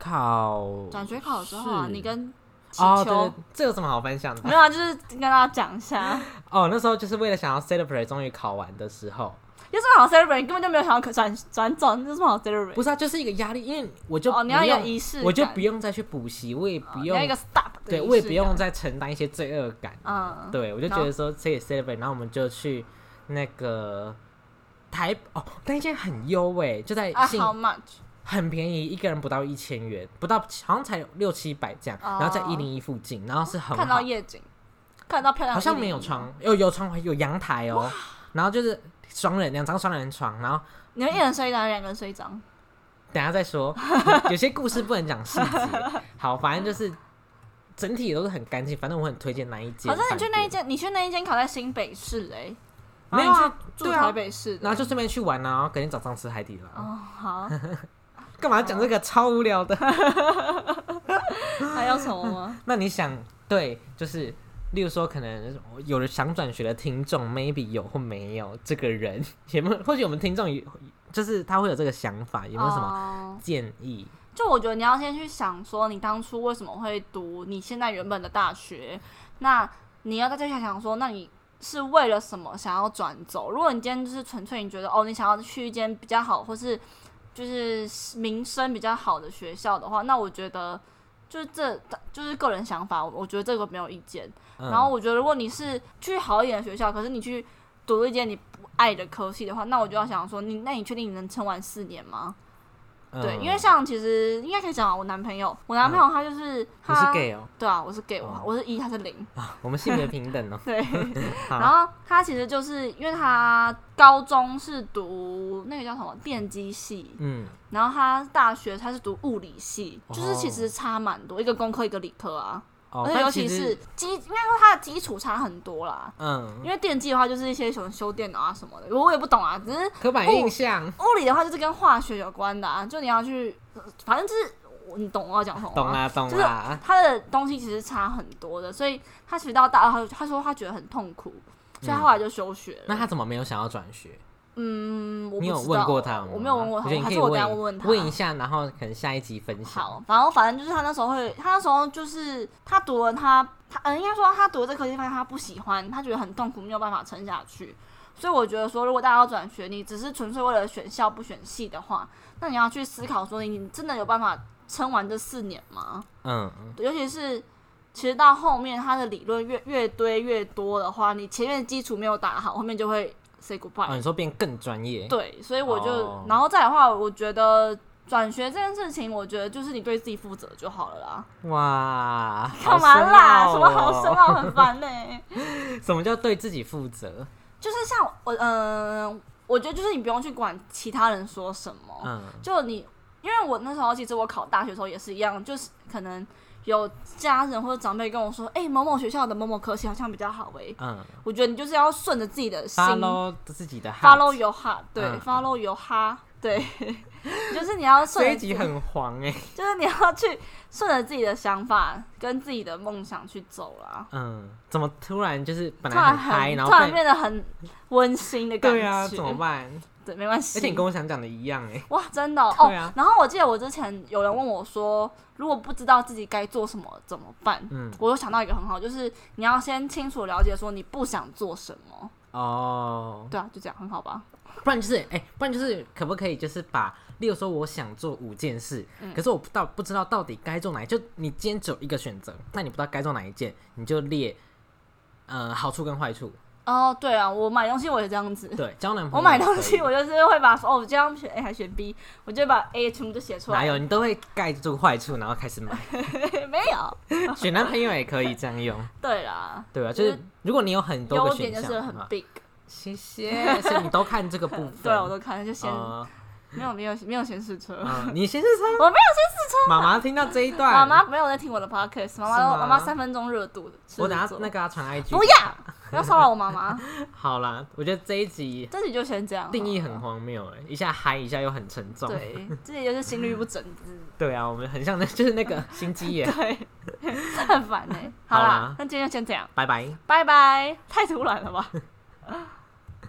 Speaker 1: 考
Speaker 2: 转学考的时候啊，
Speaker 1: 试
Speaker 2: 你跟祈
Speaker 1: 哦，对，
Speaker 2: 求
Speaker 1: 对这有什么好分享的？
Speaker 2: 没有啊，就是跟大家讲
Speaker 1: [LAUGHS]
Speaker 2: 一下，
Speaker 1: 哦，那时候就是为了想要 celebrate 终于考完的时候，
Speaker 2: 有什么好 celebrate，根本就没有想要可转转转，有什么好 celebrate？
Speaker 1: 不是啊，就是一个压力，因为我就
Speaker 2: 哦，你要
Speaker 1: 不
Speaker 2: 有
Speaker 1: 用
Speaker 2: 仪式感，
Speaker 1: 我就不用再去补习，我也
Speaker 2: 哦
Speaker 1: 不
Speaker 2: 你
Speaker 1: 用、
Speaker 2: 要一个 stop，的
Speaker 1: 对，
Speaker 2: 仪
Speaker 1: 我也
Speaker 2: 式
Speaker 1: 不用
Speaker 2: 感
Speaker 1: 再承担一些罪恶感。
Speaker 2: 嗯
Speaker 1: 对，我就觉得说这也 celebrate，然后我们就去那个台哦，那一间很优哎，就在
Speaker 2: 啊
Speaker 1: 信、
Speaker 2: ，how much？
Speaker 1: 很便宜，一个人不到一千元，不到好像才六七百这样，
Speaker 2: 哦
Speaker 1: 然后在一零一附近，然后是很
Speaker 2: 看到
Speaker 1: 好
Speaker 2: 夜景，看到漂亮，
Speaker 1: 好像没有，床，有有床有阳台哦，然后就是双人两张双人床，然后。
Speaker 2: 你们一人睡一张，两个人睡一张。
Speaker 1: 等一下再
Speaker 2: [LAUGHS]
Speaker 1: 说，有些故事不能讲细节。好，反正就是整体都是很干净，反正我很推荐那一间
Speaker 2: 好
Speaker 1: 饭店。
Speaker 2: 像你去那一间，你去那一间考在新北市哎、欸，
Speaker 1: 没有啊
Speaker 2: 然后你去住
Speaker 1: 对啊
Speaker 2: 台北市的，
Speaker 1: 然后就顺便去玩啊，然后隔天早上吃海底捞。
Speaker 2: 哦好，
Speaker 1: [LAUGHS] 干嘛讲这个超无聊
Speaker 2: [LAUGHS]
Speaker 1: 的？
Speaker 2: 还有什么吗？
Speaker 1: 那你想，对，就是例如说，可能有人想转学的听众，maybe 有或没有这个人， [LAUGHS] 有没有？或许我们听众有，就是他会有这个想法， [LAUGHS] 有没有什么
Speaker 2: 么？
Speaker 1: 建议？
Speaker 2: 就我觉得你要先去想说，你当初为什么会读你现在原本的大学？那你要再去想想说，那你是为了什么想要转走？如果你今天就是纯粹你觉得哦，你想要去一间比较好，或是就是名声比较好的学校的话，那我觉得就是这就是个人想法，我我觉得这个没有意见。
Speaker 1: 嗯、
Speaker 2: 然后我觉得，如果你是去好一点的学校，可是你去读一间你不爱的科系的话，那我就要想说，你那你确定你能撑完四年吗？对，
Speaker 1: 嗯
Speaker 2: 因为像其实应该可以讲啊，我男朋友，我男朋友他就
Speaker 1: 你
Speaker 2: 是、
Speaker 1: 是
Speaker 2: 他，
Speaker 1: gay 哦，
Speaker 2: 对啊，我是 gay，我、
Speaker 1: 哦
Speaker 2: 我是一，他是零，。
Speaker 1: 我们性别平等哦
Speaker 2: [LAUGHS] 对。
Speaker 1: 好
Speaker 2: 然后他其实就是因为他高中是读那个叫什么电机系，
Speaker 1: 嗯，
Speaker 2: 然后他大学他是读物理系，就是其
Speaker 1: 哦
Speaker 2: 实差蛮多，一个工科一个理科啊，
Speaker 1: 哦，
Speaker 2: 而且
Speaker 1: 但
Speaker 2: 尤其
Speaker 1: 实
Speaker 2: 是基，应该说他的基础差很多啦。
Speaker 1: 嗯，
Speaker 2: 因为电机的话就是一些什么修电脑啊什么的，我也不懂啊。只是
Speaker 1: 刻板印象。
Speaker 2: 哦物理的话就是跟化学有关的啊，就你要去，呃反正就是你懂我要讲什么吗？
Speaker 1: 懂啦懂
Speaker 2: 就是
Speaker 1: 啦，
Speaker 2: 他的东西其实差很多的，所以他其实到大二，他就他说他觉得很痛苦，所以他后来就休学了。
Speaker 1: 嗯那他怎么没有想要转学？
Speaker 2: 嗯，我不
Speaker 1: 你有
Speaker 2: 知
Speaker 1: 问
Speaker 2: 道
Speaker 1: 过他吗？
Speaker 2: 我没有问过他，
Speaker 1: 我觉得你
Speaker 2: 还
Speaker 1: 可
Speaker 2: 是
Speaker 1: 以
Speaker 2: 我等一下问问他。
Speaker 1: 问一下，然后可能下一集分享。
Speaker 2: 好，然后反正就是他那时候会，他那呃时候就是他读了他他嗯，应该说他读了这科系，发现他不喜欢，他觉得很痛苦，没有办法撑下去。所以我觉得说，如果大家要转学，你只是纯粹为了选校不选系的话，那你要去思考说，你真的有办法撑完这四年吗？
Speaker 1: 嗯，
Speaker 2: 对尤其是其实到后面他的理论越越堆越多的话，你前面的基础没有打好，后面就会 say goodbye。
Speaker 1: 哦，你说变更专业，
Speaker 2: 对，所以我就，
Speaker 1: 哦
Speaker 2: 然后再来的话，我觉得转学这件事情，我觉得就是你对自己负责就好了啦。
Speaker 1: 哇，
Speaker 2: 干
Speaker 1: 好
Speaker 2: 嘛
Speaker 1: 深
Speaker 2: 啦？
Speaker 1: 奥
Speaker 2: 什么好
Speaker 1: 哦
Speaker 2: 深奥，很烦呢、
Speaker 1: 什么叫对自己负责？
Speaker 2: 就是像我，嗯、我觉得就是你不用去管其他人说什么，
Speaker 1: 嗯，
Speaker 2: 就你，因为我那时候其实我考大学的时候也是一样，就是可能有家人或者长辈跟我说，哎、某某学校的某某科系好像比较好哎、
Speaker 1: 嗯
Speaker 2: 我觉得你就是要顺着自己的心
Speaker 1: ，follow 自己的
Speaker 2: follow
Speaker 1: heart。
Speaker 2: your heart，对、
Speaker 1: 嗯
Speaker 2: follow your heart，对， [LAUGHS] 就是你要顺
Speaker 1: 这一
Speaker 2: 着自己
Speaker 1: 集很黄哎、
Speaker 2: 就是你要去顺着自己的想法跟自己的梦想去走啦。
Speaker 1: 嗯，怎么突然就是本
Speaker 2: 突
Speaker 1: 来
Speaker 2: 然
Speaker 1: 很嗨，然
Speaker 2: 突
Speaker 1: 后
Speaker 2: 然
Speaker 1: 被
Speaker 2: 变得很温馨的感觉。
Speaker 1: 对啊，怎么办？
Speaker 2: 对没关系。
Speaker 1: 而且你跟我想讲的一样哎、
Speaker 2: 哇，真的哦。
Speaker 1: 对啊
Speaker 2: 哦然后我记得我之前有人问我说，如果不知道自己该做什么怎么办？
Speaker 1: 嗯，
Speaker 2: 我又想到一个很好，就是你要先清楚了解说你不想做什么。
Speaker 1: 哦，
Speaker 2: 对啊，就这样，很好吧？
Speaker 1: 不然就是哎、不然就是可不可以就是把，例如说我想做五件事，
Speaker 2: 嗯
Speaker 1: 可是我不到不知道到底该做哪一，就你今天只有一个选择，那你不知道该做哪一件，你就列，呃，好处跟坏
Speaker 2: [LAUGHS]
Speaker 1: 处。
Speaker 2: 哦，对啊，我买东西我也这样子。
Speaker 1: 对，交男朋友
Speaker 2: 我买东
Speaker 1: 也
Speaker 2: 西，
Speaker 1: 可以
Speaker 2: 我就是会把说哦，我这样选 A 还选 B，我就把 A 全部都写出来。
Speaker 1: 哪有你都会盖住坏处，然后开始买，
Speaker 2: [LAUGHS] 没有。
Speaker 1: 选男朋友也可以这样
Speaker 2: [LAUGHS]
Speaker 1: 用，
Speaker 2: 对啦，
Speaker 1: 对吧？就是
Speaker 2: 就是
Speaker 1: 如果你有很多
Speaker 2: 优
Speaker 1: 个
Speaker 2: 点
Speaker 1: 选
Speaker 2: 就
Speaker 1: 项啊
Speaker 2: 是
Speaker 1: 的
Speaker 2: 很
Speaker 1: 话，
Speaker 2: big，
Speaker 1: 谢谢，所以你都看这个部分。
Speaker 2: [LAUGHS] 对啊我都看，就先
Speaker 1: 呃
Speaker 2: 没有没有没有先试车，
Speaker 1: 呃你先试车，
Speaker 2: 我没
Speaker 1: 有先试车。妈妈听到这一段，
Speaker 2: 妈妈没有在听我的 podcast，妈妈
Speaker 1: 是吗
Speaker 2: 都妈妈三分钟热度的，
Speaker 1: 我等下
Speaker 2: 狮子座
Speaker 1: 那个要传 IG，
Speaker 2: 不要不要骚扰我妈妈，
Speaker 1: 好啦，我觉得这一集
Speaker 2: 这集就先这样，
Speaker 1: [LAUGHS] 定义很荒谬哎、一下嗨，一下又很沉重。
Speaker 2: 对，这集就是心率
Speaker 1: [LAUGHS]
Speaker 2: 不整之，
Speaker 1: 对啊，我们很像那，就是那个心机
Speaker 2: [LAUGHS]
Speaker 1: 耶。
Speaker 2: 对，很烦哎，好
Speaker 1: 好
Speaker 2: 啦
Speaker 1: 啦，
Speaker 2: 那今天就先这样，
Speaker 1: 拜拜。
Speaker 2: 拜拜，太突然了吧。